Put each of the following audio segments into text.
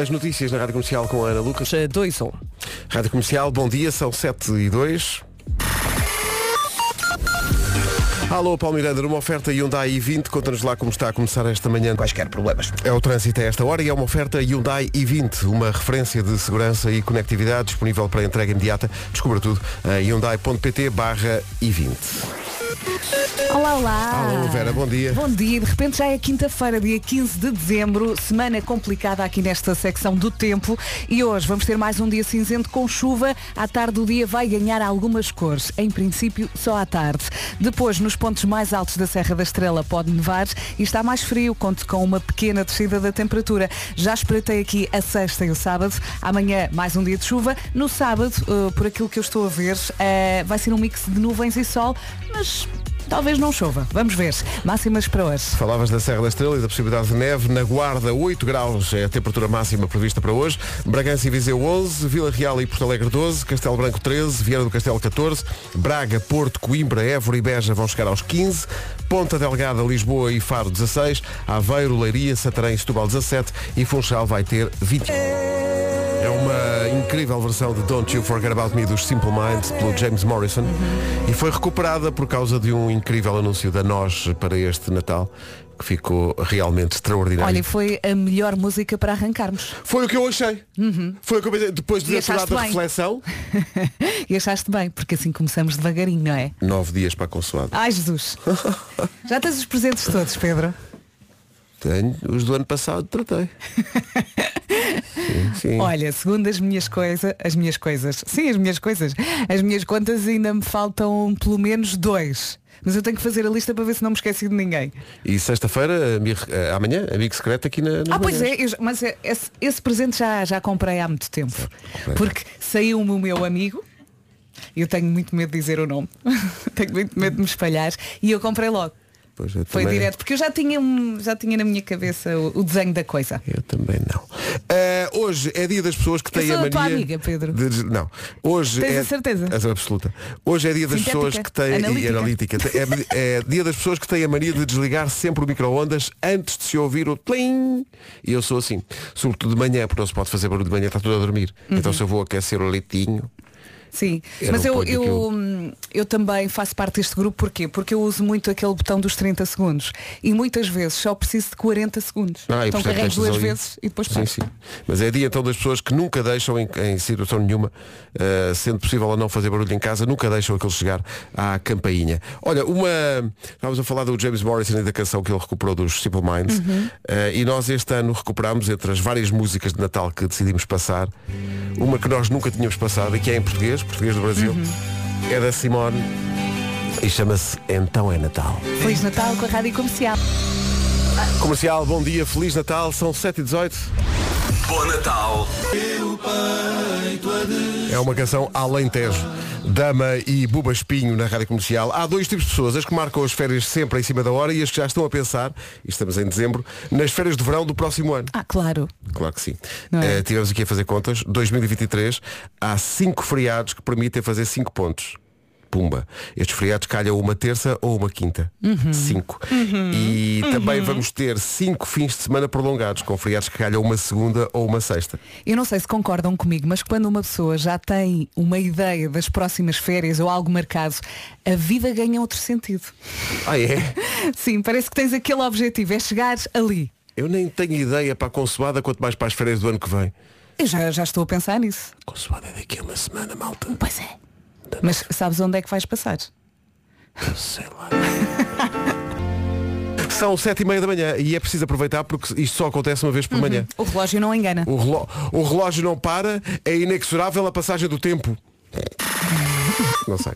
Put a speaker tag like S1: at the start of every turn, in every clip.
S1: As notícias na Rádio Comercial com a Ana Lucas.
S2: Mas dois
S3: um.
S2: são.
S1: Rádio Comercial, bom dia, são 7 e 2. Alô, Paulo Miranda, numa oferta Hyundai i20, conta-nos lá como está a começar esta manhã.
S4: Quaisquer problemas.
S1: É o trânsito a esta hora e é uma oferta Hyundai i20, uma referência de segurança e conectividade disponível para entrega imediata. Descubra tudo em hyundai.pt barra i20.
S3: Olá, olá.
S1: Alô, Vera, bom dia.
S3: Bom dia, de repente já é quinta-feira, dia 15 de dezembro, semana complicada aqui nesta secção do tempo e hoje vamos ter mais um dia cinzento com chuva. À tarde o dia vai ganhar algumas cores, em princípio só à tarde. Depois, nos pontos mais altos da Serra da Estrela pode nevar e está mais frio, conte com uma pequena descida da temperatura. Já espreitei aqui a sexta e o sábado, amanhã mais um dia de chuva. No sábado, eh, por aquilo que eu estou a ver, eh, vai ser um mix de nuvens e sol, mas Talvez não chova. Vamos ver. Máximas para hoje.
S1: Falavas da Serra da Estrela e da possibilidade de neve. Na Guarda, 8 graus é a temperatura máxima prevista para hoje. Bragança e Viseu, 11. Vila Real e Porto Alegre, 12. Castelo Branco, 13. Vieira do Castelo, 14. Braga, Porto, Coimbra, Évora e Beja vão chegar aos 15. Ponta Delgada, Lisboa e Faro, 16. Aveiro, Leiria, Santarém e Setúbal, 17. E Funchal vai ter um. 20. É uma incrível versão de Don't You Forget About Me dos Simple Minds pelo James Morrison e foi recuperada por causa de um incrível anúncio da Nós para este Natal que ficou realmente extraordinário.
S3: Olha, foi a melhor música para arrancarmos.
S1: Foi o que eu achei. Foi o que eu pensei. Depois de
S3: Uhum. E
S1: ter
S3: achaste
S1: tirado a
S3: bem.
S1: reflexão.
S3: E achaste bem, porque assim começamos devagarinho, não é?
S1: Nove dias para a consoada.
S3: Ai, Jesus. Já tens os presentes todos, Pedro?
S1: Tenho, os do ano passado tratei. sim, sim.
S3: Olha, segundo as minhas coisas, as minhas coisas, sim, as minhas coisas, as minhas contas ainda me faltam pelo menos dois. Mas eu tenho que fazer a lista para ver se não me esqueci de ninguém.
S1: E sexta-feira, amigo- eh, amanhã, amigo secreto aqui na. nas
S3: Ah, pois
S1: manhãs.
S3: é, eu já- mas é- esse, esse presente já, já comprei há muito tempo. é.
S1: é.
S3: Porque saiu-me o meu amigo, eu tenho muito medo de dizer o nome, tenho muito medo de me espalhar, e eu comprei logo.
S1: Pois eu
S3: Foi
S1: também- é.
S3: direto, porque eu já tinha, um- já tinha na minha cabeça o, o desenho da coisa.
S1: Eu também não. Eh, hoje é dia das pessoas que
S3: Eu
S1: têm
S3: sou
S1: a
S3: a
S1: mania.
S3: tua amiga, Pedro.
S1: de- não. Hoje
S3: Tens
S1: é
S3: a certeza?
S1: É absoluta. Hoje é dia das
S3: Sintética,
S1: pessoas que têm e
S3: analítica.
S1: analítica. É, é dia das pessoas que têm a mania de desligar sempre o micro-ondas antes de se ouvir o plim. E eu sou assim. Sobretudo de manhã, porque não se pode fazer barulho de manhã, está tudo a dormir. Então
S3: Uhum.
S1: se eu vou aquecer o leitinho,
S3: Sim,
S1: Eu
S3: mas
S1: não
S3: eu,
S1: ponho
S3: eu,
S1: aquilo.
S3: hum, eu também faço parte deste grupo, porquê? Porque eu uso muito aquele botão dos 30 segundos e muitas vezes só preciso de 40 segundos.
S1: Ah, e portanto
S3: então carrego
S1: deixas
S3: duas
S1: ali.
S3: vezes e depois
S1: Sim,
S3: paro.
S1: sim. Mas é dia então das pessoas que nunca deixam em, em situação nenhuma, eh, sendo possível ou não fazer barulho em casa, nunca deixam aquilo chegar à campainha. Olha, uma. Estávamos a falar do James Morrison e da canção que ele recuperou dos Simple Minds.
S3: Uhum.
S1: eh, e nós este ano recuperámos entre as várias músicas de Natal que decidimos passar, uma que nós nunca tínhamos passado e que é em português, português do Brasil.
S3: Uhum.
S1: É da Simone e chama-se Então é Natal.
S3: Feliz Natal com a Rádio Comercial.
S1: Comercial, bom dia, Feliz Natal, são 7h18.
S5: Bom Natal.
S1: É uma canção alentejo. Dama e Buba Espinho na Rádio Comercial. Há dois tipos de pessoas, as que marcam as férias sempre em cima da hora e as que já estão a pensar, e estamos em dezembro, nas férias de verão do próximo ano.
S3: Ah, claro.
S1: Claro que sim.
S3: Não é?
S1: Eh, tivemos aqui a fazer contas. 2023, há cinco feriados que permitem fazer cinco pontos. Pumba. Estes feriados calham uma terça ou uma quinta.
S3: Uhum.
S1: Cinco. E também vamos ter cinco fins de semana prolongados, com feriados que calham uma segunda ou uma sexta.
S3: Eu não sei se concordam comigo, mas quando uma pessoa já tem uma ideia das próximas férias ou algo marcado, a vida ganha outro sentido.
S1: Ah, é?
S3: Sim, parece que tens aquele objetivo, é chegar ali.
S1: Eu nem tenho ideia para a consoada, quanto mais para as férias do ano que vem.
S3: Eu já, já estou a pensar nisso.
S1: Consoada é daqui a uma semana, malta.
S3: Pois é. Mas sabes onde é que vais passar?
S1: Sei lá. São sete e meia da manhã e é preciso aproveitar porque isto só acontece uma vez por manhã.
S3: O relógio não engana.
S1: O, relo- o relógio não para, é inexorável a passagem do tempo. Não sei.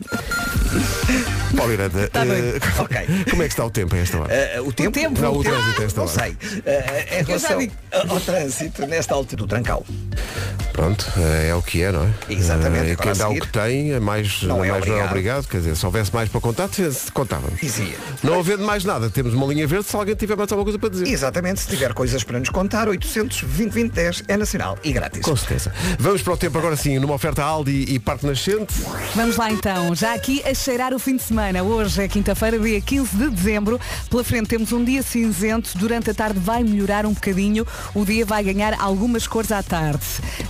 S1: Paulo Miranda, eh,
S4: Ok.
S1: como é que está o tempo a esta hora?
S4: Ah, o tempo?
S3: tempo.
S1: Não, o trânsito a esta
S4: Não
S2: Eh,
S1: hora.
S4: sei. Ah, em
S3: já
S4: relação
S3: digo.
S4: ao trânsito, nesta altura, o Trancal.
S1: Pronto, eh, é o que é, não é?
S2: Exatamente,
S1: Eh,
S2: agora
S1: Quem
S2: a
S1: dá o
S2: seguir.
S1: que tem, é mais,
S2: Não é
S1: mais não é
S2: obrigado.
S1: obrigado. Quer dizer, se houvesse mais para contar, se- contávamos.
S2: Dizia.
S1: Não havendo mais nada, temos uma linha verde se alguém tiver mais alguma coisa para dizer.
S2: Exatamente, se tiver coisas para nos contar, 800 20 20 10 é nacional e grátis.
S1: Com certeza. Vamos para o tempo agora sim, numa oferta Aldi e Parque Nascente.
S3: Vamos lá então, já aqui a cheirar o fim de semana. Hoje é quinta-feira, dia 15 de dezembro. Pela frente temos um dia cinzento. Durante a tarde vai melhorar um bocadinho. O dia vai ganhar algumas cores à tarde.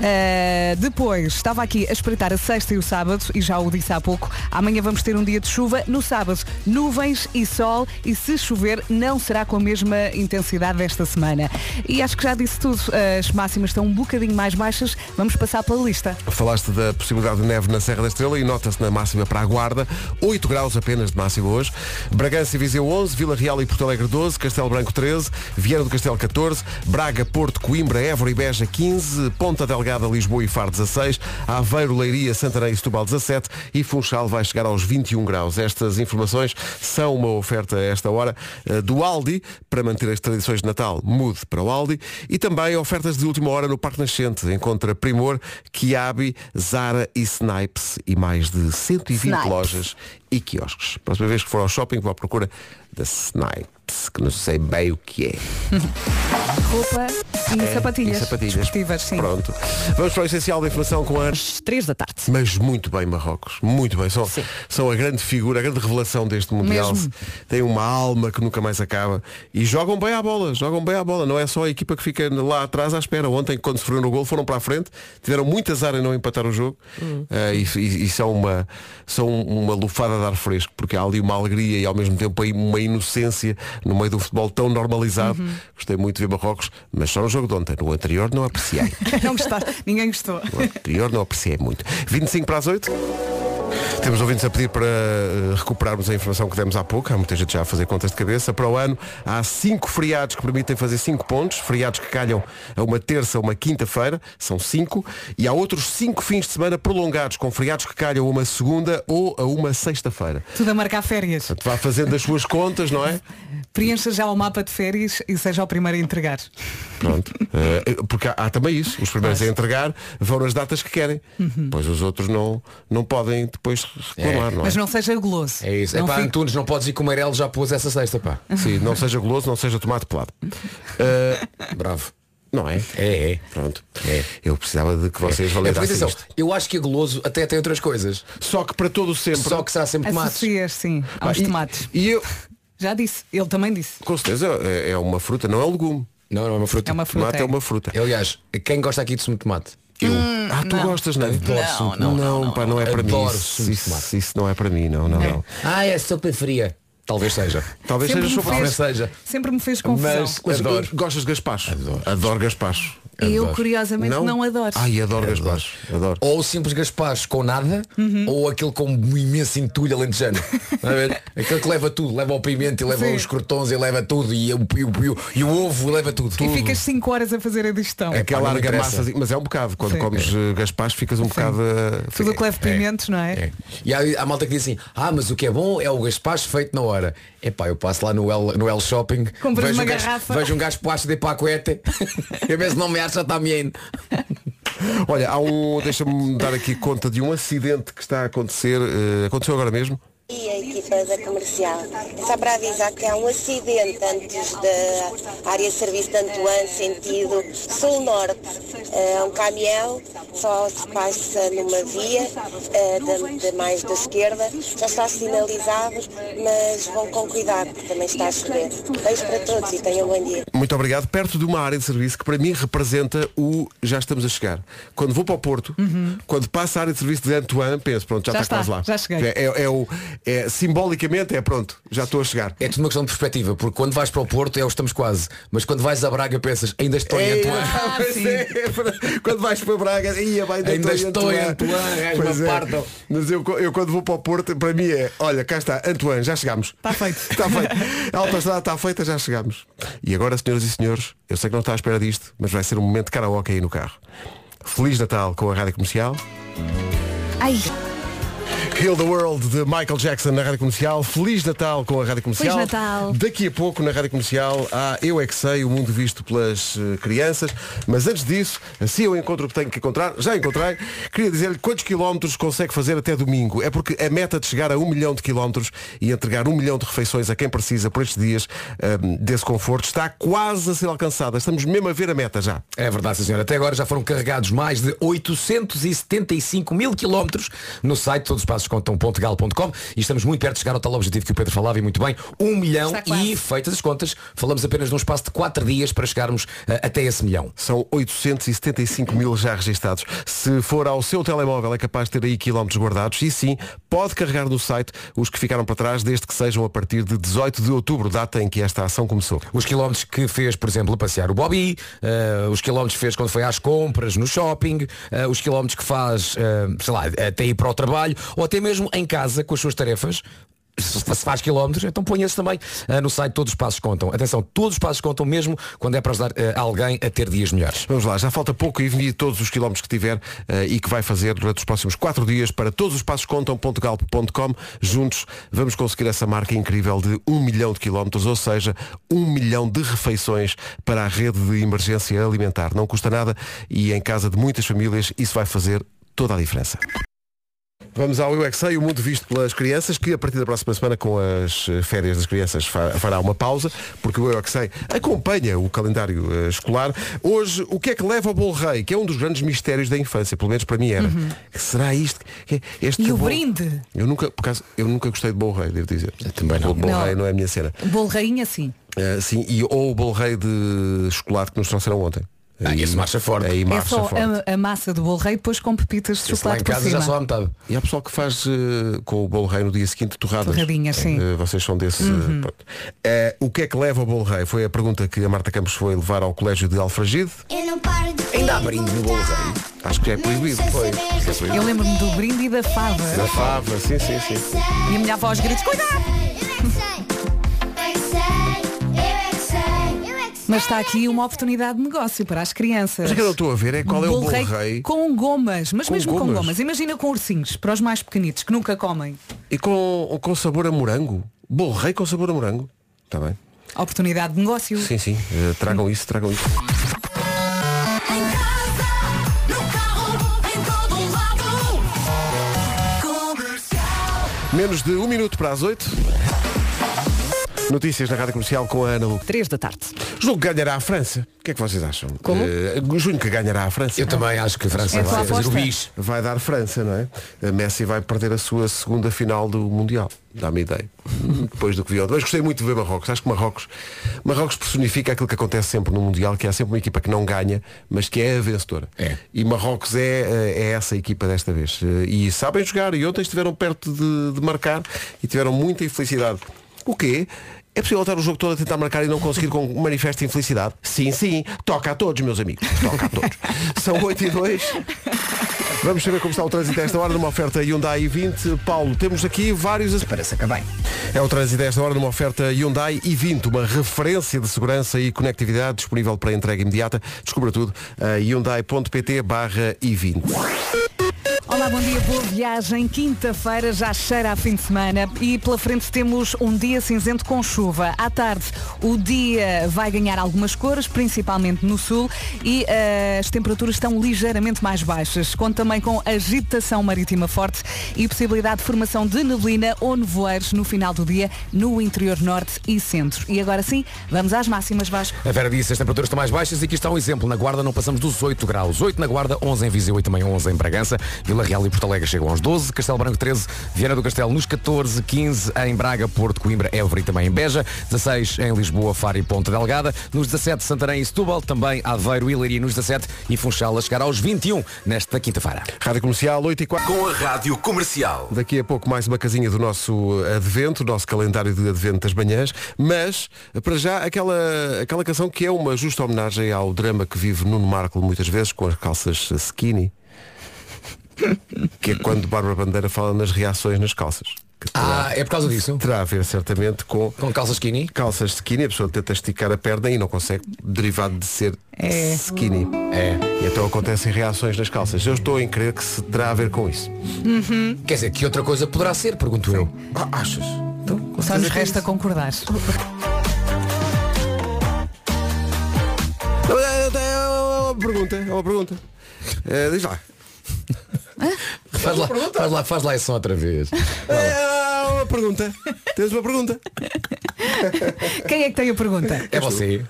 S3: Ah, depois, estava aqui a espreitar a sexta e o sábado, e já o disse há pouco. Amanhã vamos ter um dia de chuva. No sábado, nuvens e sol. E se chover, não será com a mesma intensidade desta semana. E acho que já disse tudo. As máximas estão um bocadinho mais baixas. Vamos passar pela lista.
S1: Falaste da possibilidade de neve na Serra da Estrela e nota-se na máxima para a Guarda, 8 graus apenas de máxima hoje. Bragança e Viseu 11, Vila Real e Porto Alegre 12, Castelo Branco 13, Vieira do Castelo 14, Braga, Porto, Coimbra, Évora e Beja 15, Ponta Delgada, Lisboa e Faro 16, Aveiro, Leiria, Santarém e Setúbal 17 e Funchal vai chegar aos 21 graus. Estas informações são uma oferta a esta hora eh, do Aldi para manter as tradições de Natal. Mude para o Aldi e também ofertas de última hora no Parque Nascente. Encontra Primor, Kiabi, Zara e Snipes e mais de 120
S3: Snipes.
S1: lojas e quiosques. Próxima vez que for ao shopping vou à procura da Snipes, que não sei bem o que é.
S3: Roupa
S4: É,
S3: e sapatilhas.
S1: E sapatilhas.
S3: Desportivas, sim.
S1: Pronto. Vamos para o essencial da informação com a Ana.
S3: Três da tarde.
S1: Mas muito bem Marrocos, muito bem. São,
S3: Sim.
S1: são a grande figura, a grande revelação deste Mundial.
S3: Mesmo.
S1: Tem uma alma que nunca mais acaba. E jogam bem à bola, jogam bem à bola. Não é só a equipa que fica lá atrás à espera. Ontem, quando sofreram o gol, foram para a frente, tiveram muito azar em não empatar o jogo.
S3: Hum.
S1: Eh, e, e- e são, uma, são uma lufada de ar fresco, porque há ali uma alegria e ao mesmo tempo aí uma inocência no meio do futebol tão normalizado.
S3: Uhum.
S1: Gostei muito de ver Marrocos, mas só no jogo de ontem. No anterior não apreciei.
S3: Não gostaste. Ninguém gostou.
S1: O anterior não apreciei muito. 25 para as 8. Temos ouvintes a pedir para eh, recuperarmos a informação que demos há pouco. Há muita gente já a fazer contas de cabeça. Para o ano há cinco feriados que permitem fazer cinco pontos. Feriados que calham a uma terça ou uma quinta-feira. São cinco. E há outros cinco fins de semana prolongados com feriados que calham a uma segunda ou a uma sexta-feira.
S3: Tudo a marcar férias.
S1: Portanto, vá fazendo as suas contas, não é?
S3: Preencha já o mapa de férias e seja o primeiro a entregar.
S1: Pronto. Eh, porque há, há também isso. Os primeiros a entregar vão nas datas que querem. Pois os outros não, não podem depois reclamar, não é?
S3: Mas não seja goloso.
S4: É isso. É
S3: Não
S4: pá,
S3: fique-
S4: Antunes, não podes ir com o Meirelles, já pôs essa sexta, pá.
S1: Sim, não seja goloso, não seja tomate pelado. Eh,
S4: Bravo.
S1: não é?
S4: É, é.
S1: Pronto.
S4: É.
S1: Eu precisava de que vocês
S4: É, porque,
S1: validassem
S4: atenção,
S1: isto.
S4: eu acho que a goloso até tem outras coisas.
S1: Só que para todo o sempre.
S4: Só que será sempre tomates. Ah,
S3: Associas, sim, aos
S1: E-
S3: tomates.
S1: E, eu,
S3: Já disse. Ele também disse.
S1: com certeza, é, é uma fruta, não é um legume.
S4: Não, não é uma fruta.
S3: É uma fruta.
S1: Tomate é uma fruta.
S4: Aliás, quem gosta aqui de sumo de tomate? Eu.
S1: Ah, tu gostas, não é?
S4: Adoro
S1: não,
S4: não,
S1: não,
S4: não, não,
S1: pá, não é
S4: não.
S1: para mim.
S4: Adoro
S1: Isso,
S4: sumo de
S1: isso,
S4: tomate.
S1: isso não é para mim, não, não, não.
S4: Ah, é sopa fria. Talvez seja.
S1: Talvez
S3: Sempre
S1: seja
S3: me
S1: sopa
S3: fez-
S4: Talvez seja.
S3: Sempre me fez confusão.
S4: Mas-
S1: Mas
S4: Adoro.
S1: Gostas de gaspacho? Adoro, gaspacho.
S3: eu,
S4: Adoro.
S3: curiosamente, não, adoro.
S1: Ai, adoro gaspacho. Adoro.
S4: Ou o simples gaspacho com nada,
S3: Uhum.
S4: ou aquele com um imenso entulho alentejano. Não é ver? aquele que leva tudo, leva o pimento e leva
S3: Sim.
S4: os crotons e leva tudo e o, e o- e o- e o ovo leva tudo.
S3: E ficas 5 horas a fazer a digestão.
S4: É que-
S1: Aquela
S4: Pá, não
S1: argamassa,
S4: interessa.
S1: mas é um bocado. Quando
S3: Sim.
S1: comes eh, gaspacho ficas um bocado. eh,
S3: Tudo o que leva pimentos, não é?
S4: É. E há, há malta que diz assim, ah, mas o que é bom é o gaspacho feito na hora. Epá, eu passo lá no L, no L Shopping,
S3: Compras uma
S4: um gas-
S3: garrafa.
S4: vejo um gaspacho de pacoete, eu penso, não me acha, está bem.
S1: Olha, há um. Deixa-me dar aqui conta de um acidente que está a acontecer. eh, aconteceu agora mesmo.
S6: E a equipa da comercial. Só para avisar que há um acidente antes da área de serviço de Antoine, sentido sul-norte. É um caminhão, só se passa numa via, eh, da- de mais da esquerda, já está sinalizado, mas vão com cuidado, porque também está a chover. Beijo para todos e tenham um bom dia.
S1: Muito obrigado. Perto de uma área de serviço que para mim representa o já estamos a chegar. Quando vou para o Porto, quando passa a área de serviço de Antoine, penso, pronto, já,
S3: Uhum. Já
S1: está, quase
S3: está,
S1: lá.
S3: já cheguei.
S1: É, é- é o, é, simbolicamente é pronto, já estou a chegar.
S4: É tudo uma questão de perspectiva, porque quando vais para o Porto é o estamos quase, mas quando vais a Braga pensas, ainda estou em
S1: É,
S4: Antoine.
S1: ah, pois
S3: sim.
S1: é. quando vais para Braga, ia bem,
S4: Ainda estou em Antoine, és
S1: Pois
S4: uma
S1: é.
S4: parda.
S1: Mas eu, eu quando vou para o Porto, para mim é, olha, cá está, Antoine, já chegámos.
S3: Está feito.
S1: Está feito. A autostrada está feita, já chegámos. E agora, senhoras e senhores, eu sei que não está à espera disto, mas vai ser um momento de karaoke aí no carro. Feliz Natal com a Rádio Comercial.
S3: Ai,
S1: Heal the World de Michael Jackson na Rádio Comercial. Feliz Natal com a Rádio Comercial.
S3: Feliz Natal.
S1: Daqui a pouco na Rádio Comercial há Eu É Que Sei, o mundo visto pelas eh, crianças. Mas antes disso, se eu encontro o que tenho que encontrar, já encontrei, queria dizer-lhe quantos quilómetros consegue fazer até domingo. É porque a meta de chegar a um milhão de quilómetros e entregar um milhão de refeições a quem precisa por estes dias ehm, desse conforto está quase a ser alcançada. Estamos mesmo a ver a meta já.
S4: É verdade, sim, senhora. Até agora já foram carregados mais de 875 mil quilómetros no site todos os passos contam.gal.com e estamos muito perto de chegar ao tal objetivo que o Pedro falava e muito bem, um milhão
S3: Está quase.
S4: e feitas as contas, falamos apenas de um espaço de quatro dias para chegarmos ah, até esse milhão.
S1: São 875 mil já registados. Se for ao seu telemóvel é capaz de ter aí quilómetros guardados e sim, pode carregar no site os que ficaram para trás desde que sejam a partir de 18 de outubro, data em que esta ação começou.
S4: Os quilómetros que fez, por exemplo, a passear o Bobby, ah, os quilómetros que fez quando foi às compras, no shopping, ah, os quilómetros que faz, ah, sei lá, até ir para o trabalho, ou até mesmo em casa com as suas tarefas. Se se faz quilómetros, então ponha-se também ah, no site Todos os Passos Contam. Atenção, todos os passos contam mesmo quando é para ajudar ah, alguém a ter dias melhores.
S1: Vamos lá, já falta pouco e envie todos os quilómetros que tiver eh, e que vai fazer durante os próximos 4 dias para todos os passos contam.galp.com. Juntos vamos conseguir essa marca incrível de 1 milhão de quilómetros, ou seja, 1 milhão de refeições para a rede de emergência alimentar. Não custa nada e em casa de muitas famílias isso vai fazer toda a diferença. Vamos ao Eu é Que Sei, o mundo visto pelas crianças, que a partir da próxima semana, com as eh, férias das crianças, fa- fará uma pausa, porque o Eu é Que Sei acompanha o calendário eh, escolar. Hoje, o que é que leva ao bolo rei? Que é um dos grandes mistérios da infância, pelo menos para mim era. Será isto? que é Este
S3: Uhum. E o
S1: bolo-
S3: brinde?
S1: Eu nunca, por acaso, eu nunca gostei de bolo rei, devo dizer.
S4: também não.
S1: O bolo
S3: Não.
S1: rei não é a minha cena.
S3: Bolo rainha, sim.
S1: Eh, sim, e ou o bolo rei de chocolate que nos trouxeram ontem.
S4: Ah,
S1: Aí-
S4: esse marcha forte.
S1: Aí
S3: É
S1: marcha
S3: só
S1: forte.
S3: a, a massa do bolo rei depois com pepitas de
S4: Esse lá
S3: chocolate
S4: em
S3: por
S4: casa
S3: cima.
S4: já só há metade.
S1: E há pessoal que faz eh, com o bolo rei no dia seguinte torradas.
S3: Torradinhas, sim. Uhum.
S1: Eh, vocês são desse. eh, pronto. Eh, o que é que leva o bolo rei? Foi a pergunta que a Marta Campos foi levar ao colégio de Alfragide.
S7: Eu não paro de
S4: Ainda há brinde no bolo,
S7: perguntar,
S1: Acho que é proibido.
S7: mas
S1: Foi.
S7: sem saber responder.
S3: Eu lembro-me do brinde e da
S1: Da
S3: fava.
S1: fava, sim, sim,
S7: Eu é
S1: sim.
S7: que sei,
S3: E a minha avó aos gritos, cuidado!
S7: é Eu é que sei, eu é que sei, eu é que sei.
S3: Mas está aqui uma oportunidade de negócio para as crianças. Um
S1: Mas o que eu estou a ver é qual é o bolo rei,
S3: com gomas, mas
S1: Com
S3: mesmo com
S1: gomas?
S3: gomas. Imagina com ursinhos, para os mais pequenitos, que nunca comem.
S1: e com, com sabor a morango. Bolo rei com sabor a morango. Está bem.
S3: Oportunidade de negócio.
S1: Sim, sim. Eh, tragam isso, tragam isso.
S7: Em casa, no carro, em todo um lado.
S1: Menos de um minuto para as oito. Notícias na Rádio Comercial com a Ana Lu.
S3: Três da tarde.
S1: Julgo que ganhará a França. O que é que vocês acham?
S4: Como?
S1: Eh, junho que ganhará a França.
S4: Eu também acho que a França
S3: É a
S4: vai
S3: tua
S4: fazer o
S3: aposta?
S4: bicho.
S1: vai dar França, não é? A Messi vai perder a sua segunda final do Mundial. Dá-me ideia. Depois do que vi ontem. Mas gostei muito de ver Marrocos. Acho que Marrocos, Marrocos personifica aquilo que acontece sempre no Mundial, que há sempre uma equipa que não ganha, mas que é a vencedora.
S4: É.
S1: E Marrocos é, eh, é essa equipa desta vez. Eh, E sabem jogar. E ontem estiveram perto de, de marcar e tiveram muita infelicidade. O quê? É possível estar o jogo todo a tentar marcar e não conseguir com um manifesto de infelicidade? Sim, sim. Toca a todos, meus amigos. Toca a todos. São 8 e 2. Vamos saber como está o trânsito a esta hora numa oferta Hyundai i20. Paulo, temos aqui vários... as-
S2: Para se acabar.
S1: É o trânsito a esta hora numa oferta Hyundai i20, uma referência de segurança e conectividade disponível para entrega imediata. Descubra tudo a hyundai.pt barra i20.
S3: Olá, bom dia, boa viagem. Quinta-feira já cheira a fim de semana e pela frente temos um dia cinzento com chuva. À tarde o dia vai ganhar algumas cores, principalmente no sul, e eh, as temperaturas estão ligeiramente mais baixas. Conto também com agitação marítima forte e possibilidade de formação de neblina ou nevoeiros no final do dia no interior norte e centro. E agora sim, vamos às máximas, Vasco.
S4: A Vera disse, as temperaturas estão mais baixas e aqui está um exemplo. Na Guarda não passamos dos 8 graus. 8 na Guarda, 11 em Viseu e também 11 em Bragança. Vila Real e Porto Alegre chegam aos 12. Castelo Branco 13, Viana do Castelo nos 14, 15 em Braga, Porto, Coimbra, Évora e também em Beja. 16 em Lisboa, Faro e Ponta Delgada. Nos 17, Santarém e Setúbal. Também Aveiro e Leiria nos 17 e Funchal a chegar aos 21 nesta quinta-feira.
S1: Rádio Comercial 8 e 4.
S5: Com a Rádio Comercial.
S1: Daqui a pouco mais uma casinha do nosso advento, o nosso calendário de advento das manhãs, mas para já aquela, aquela canção que é uma justa homenagem ao drama que vive Nuno Marco muitas vezes com as calças skinny, que é quando Bárbara Bandeira fala nas reações nas calças. que terá,
S4: Ah, é por causa disso?
S1: terá a ver certamente com
S4: Com calça skinny?
S1: calças skinny, a pessoa tenta esticar a perna e não consegue, derivado de ser
S3: É.
S1: skinny.
S4: É.
S1: E então acontecem reações nas calças. Eu estou em crer que se terá a ver com isso.
S4: Quer dizer, que outra coisa poderá ser, pergunto eu.
S1: Ah, achas?
S4: Então,
S3: Só nos resta concordar.
S1: Não, é- é uma pergunta, é uma pergunta. Eh, diz lá.
S4: Faz lá, faz lá, faz lá esse som outra vez.
S1: É uma pergunta. Tens uma pergunta.
S3: Quem é que tem a pergunta?
S4: É você.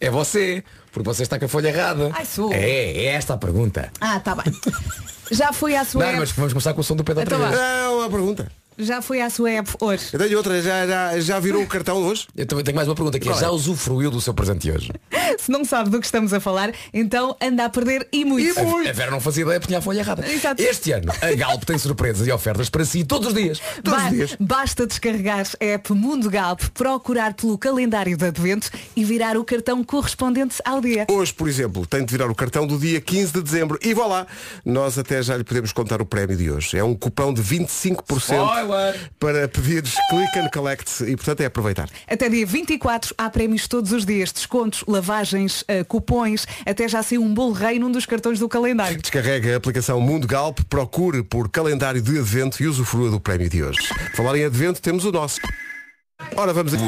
S4: É você. Porque você está com a folha errada.
S3: Ai, sou.
S4: É, é esta a pergunta.
S3: Ah, tá bem. Já foi à sua
S4: Não, mas
S3: app,
S4: vamos começar com o som do Pedro outra
S3: Então
S4: vez.
S1: É uma pergunta.
S3: já foi à sua app hoje.
S1: Eu tenho outra, já, já, já virou o cartão hoje?
S4: Eu também tenho mais uma pergunta que é, já usufruiu do seu presente de hoje?
S3: Se não sabe do que estamos a falar, então anda a perder e É muito.
S4: A- A Vera não fazia ideia porque tinha a folha errada.
S3: Exato.
S4: Este ano, a Galp tem surpresas e ofertas para si todos os dias.
S3: Ba- Basta descarregar a app Mundo Galp, procurar pelo calendário de advento e virar o cartão correspondente ao dia.
S1: Hoje, por exemplo, tem de virar o cartão do dia 15 de dezembro. E vá lá, nós até já lhe podemos contar o prémio de hoje. É um cupão de 25%
S4: Spoiler!
S1: para pedidos click and collect. E, portanto, é aproveitar.
S3: Até dia 24 há prémios todos os dias, descontos, lavagens, eh, cupons, até já saiu um bolo rei num dos cartões do calendário.
S1: Descarrega a aplicação Mundo Galp, procure por calendário de advento e usufrua do prémio de hoje. Por Falar em advento, temos o nosso. Ora, vamos aqui.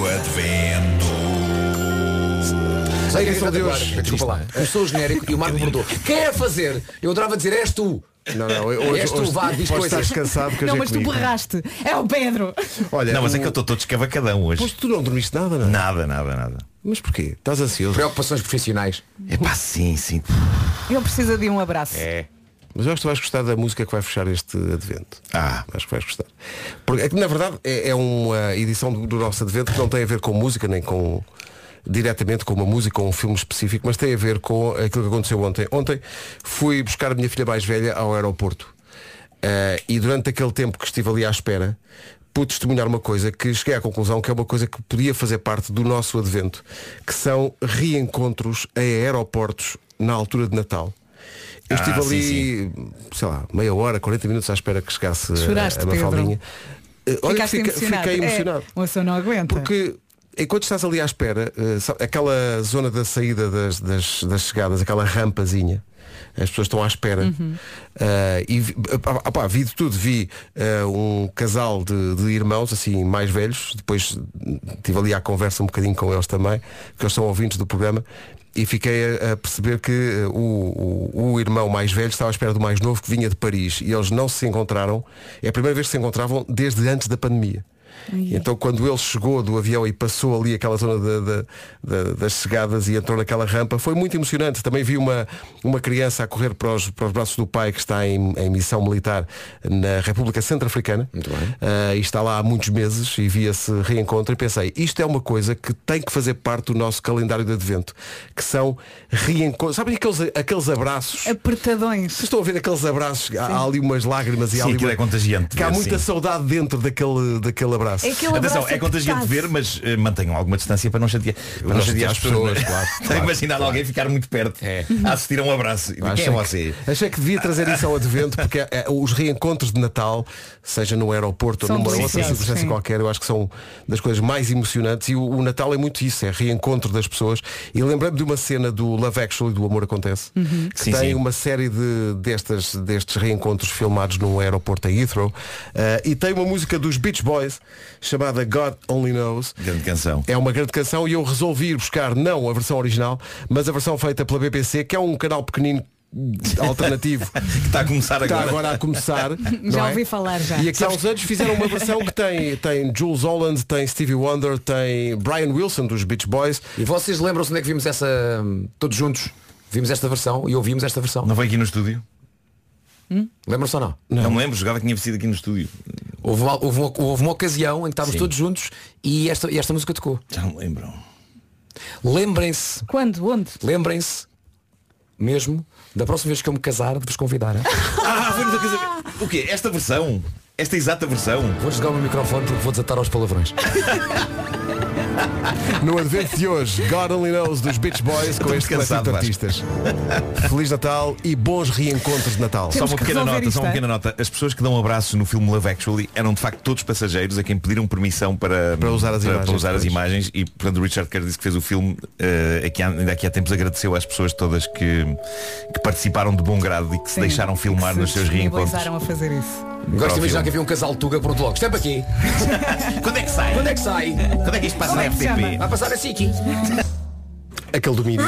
S4: Sei
S1: quem são de hoje.
S4: Desculpa lá. Começou o genérico e o Marco bordou. Quem é fazer? Eu adorava dizer és tu.
S1: Não, não, hoje,
S4: És tu, vá, diz
S1: hoje
S4: coisas.
S1: estás cansado que hoje
S3: não,
S1: é
S3: mas tu
S1: comigo.
S3: borraste. É o Pedro.
S1: Olha,
S8: Não, mas é
S1: o-
S8: que eu estou todo escavacadão hoje.
S1: Pois tu não dormiste nada, não é?
S8: Nada, nada, nada.
S1: Mas porquê? Estás ansioso?
S4: Preocupações profissionais.
S8: É pá, sim, sim.
S3: Ele precisa de um abraço.
S8: É.
S1: Mas eu acho que tu vais gostar da música que vai fechar este advento.
S8: Ah.
S1: Acho que vais gostar. Porque, é que, na verdade, é, é uma edição do, do nosso advento que não tem a ver com música, nem com diretamente com uma música ou um filme específico, mas tem a ver com aquilo que aconteceu ontem. Ontem fui buscar a minha filha mais velha ao aeroporto. Eh, e durante aquele tempo que estive ali à espera, pude testemunhar uma coisa que cheguei à conclusão que é uma coisa que podia fazer parte do nosso advento, que são reencontros a aeroportos na altura de Natal. Eu
S8: Ah,
S1: estive
S8: sim,
S1: ali,
S8: sim.
S1: sei lá, meia hora, 40 minutos à espera que chegasse a-
S3: Choraste,
S1: a Mafaldinha. Eh, Olha, que
S3: Ficaste
S1: fica-
S3: assim emocionado.
S1: fiquei emocionado.
S3: É, moça não aguenta.
S1: Porque enquanto estás ali à espera, eh, sabe, aquela zona da saída das, das, das chegadas, aquela rampazinha, as pessoas estão à espera. Eh, e vi, ah, pá, vi de tudo, vi eh, um casal de, de irmãos, assim, mais velhos, depois hum, tive ali à conversa um bocadinho com eles também, que eles são ouvintes do programa. E fiquei a, a perceber que eh, o, o, o irmão mais velho estava à espera do mais novo que vinha de Paris e eles não se encontraram. É a primeira vez que se encontravam desde antes da pandemia. Então quando ele chegou do avião e passou ali aquela zona da- da- da- das chegadas e entrou naquela rampa, foi muito emocionante. Também vi uma, uma criança a correr para os, para os braços do pai que está em, em missão militar na República Centro-Africana. Ah, e está lá há muitos meses e vi esse reencontro e pensei, isto é uma coisa que tem que fazer parte do nosso calendário de advento, que são reencontros. Sabem aqueles, aqueles abraços? Vocês
S3: Apertadões.
S1: estão a ver aqueles abraços, há, há ali umas lágrimas e há
S8: Sim,
S1: ali
S8: aquilo
S1: uma-
S8: é contagiante.
S1: que há
S8: ver,
S1: muita
S8: sim.
S1: saudade dentro daquele, daquele Um abraço.
S3: É aquele
S8: Atenção,
S3: abraço
S8: é contagiante
S3: apertado.
S8: ver, mas eh, mantenham alguma distância para não chatear, para
S1: não
S8: não chatear as
S1: chatear as pessoas,
S8: pessoas. né?
S1: claro,
S8: Tenho
S1: claro,
S8: imaginado alguém ficar muito perto a assistir a um abraço. E dizer, Quem é
S1: Achei
S8: você?
S1: que- Achei que devia trazer isso ao advento, porque eh, os reencontros de Natal, seja no aeroporto
S3: São
S1: ou numa outra
S3: deliciosos,
S1: circunstância
S3: sim.
S1: qualquer, eu acho que são das coisas mais emocionantes e o, o Natal é muito isso, é reencontro das pessoas. E lembrei-me de uma cena do Love Actually, do Amor Acontece,
S3: Uhum.
S1: que
S8: Sim,
S1: tem
S8: sim.
S1: uma série de, destas, destes reencontros filmados no aeroporto em Heathrow. eh, e tem uma música dos Beach Boys chamada God Only Knows.
S8: Grande canção.
S1: É uma grande canção e eu resolvi ir buscar não a versão original, mas a versão feita pela BBC, que é um canal pequenino alternativo
S8: é Que está a começar
S1: que está
S8: agora.
S1: Tá agora a começar. não
S3: Já
S1: é?
S3: ouvi falar já.
S1: E aqui há uns anos fizeram uma versão que tem, tem Jules Holland, tem Stevie Wonder, tem Brian Wilson dos Beach Boys.
S4: E vocês lembram-se onde é que vimos essa. hum, Todos juntos? Vimos esta versão e ouvimos esta versão.
S8: Não veio aqui no estúdio?
S4: Lembram-se ou não?
S8: Não, me lembro, jogava que tinha vestido aqui no estúdio.
S4: Houve uma, houve uma- houve uma ocasião em que estávamos todos juntos e esta, e esta música tocou.
S8: Já não lembram.
S4: Lembrem-se,
S3: Quando? Onde?
S4: lembrem-se mesmo da próxima vez que eu me casar de vos convidar.
S8: Ah, foi no teu casamento. O quê? Esta versão? Esta exata versão?
S4: Vou desligar o meu microfone porque vou desatar aos palavrões.
S1: No advento de hoje, God Only Knows dos Beach Boys com
S8: Estou
S1: este coletivo
S8: cansado,
S1: de
S8: Vasco.
S1: artistas. Feliz Natal e bons reencontros de Natal.
S3: Temos
S8: só uma
S3: que
S8: pequena
S3: resolver
S8: nota,
S3: isto,
S8: só uma
S3: é?
S8: pequena nota. As pessoas que dão abraços no filme Love Actually eram de facto todos passageiros a quem pediram permissão para,
S1: Para usar as
S8: para-
S1: imagens,
S8: para usar as
S1: pois.
S8: imagens. e portanto o Richard Kerr disse que fez o filme eh, aqui há- ainda aqui há tempos agradeceu às pessoas todas que, que participaram de bom grado e que se deixaram filmar
S3: que se
S8: nos seus reencontros.
S3: disponibilizaram a fazer isso.
S4: Gosto
S8: Para
S4: de
S8: o
S4: imaginar
S8: filme.
S4: que havia um casal de Tuga pronto logo. Estampa aqui.
S8: Quando é que sai?
S4: Quando é que sai?
S8: Quando é que isto passa
S3: Como
S8: na
S3: é que se
S8: FTP?
S3: chama?
S4: Vai passar a Siki.
S1: Aquele domínio.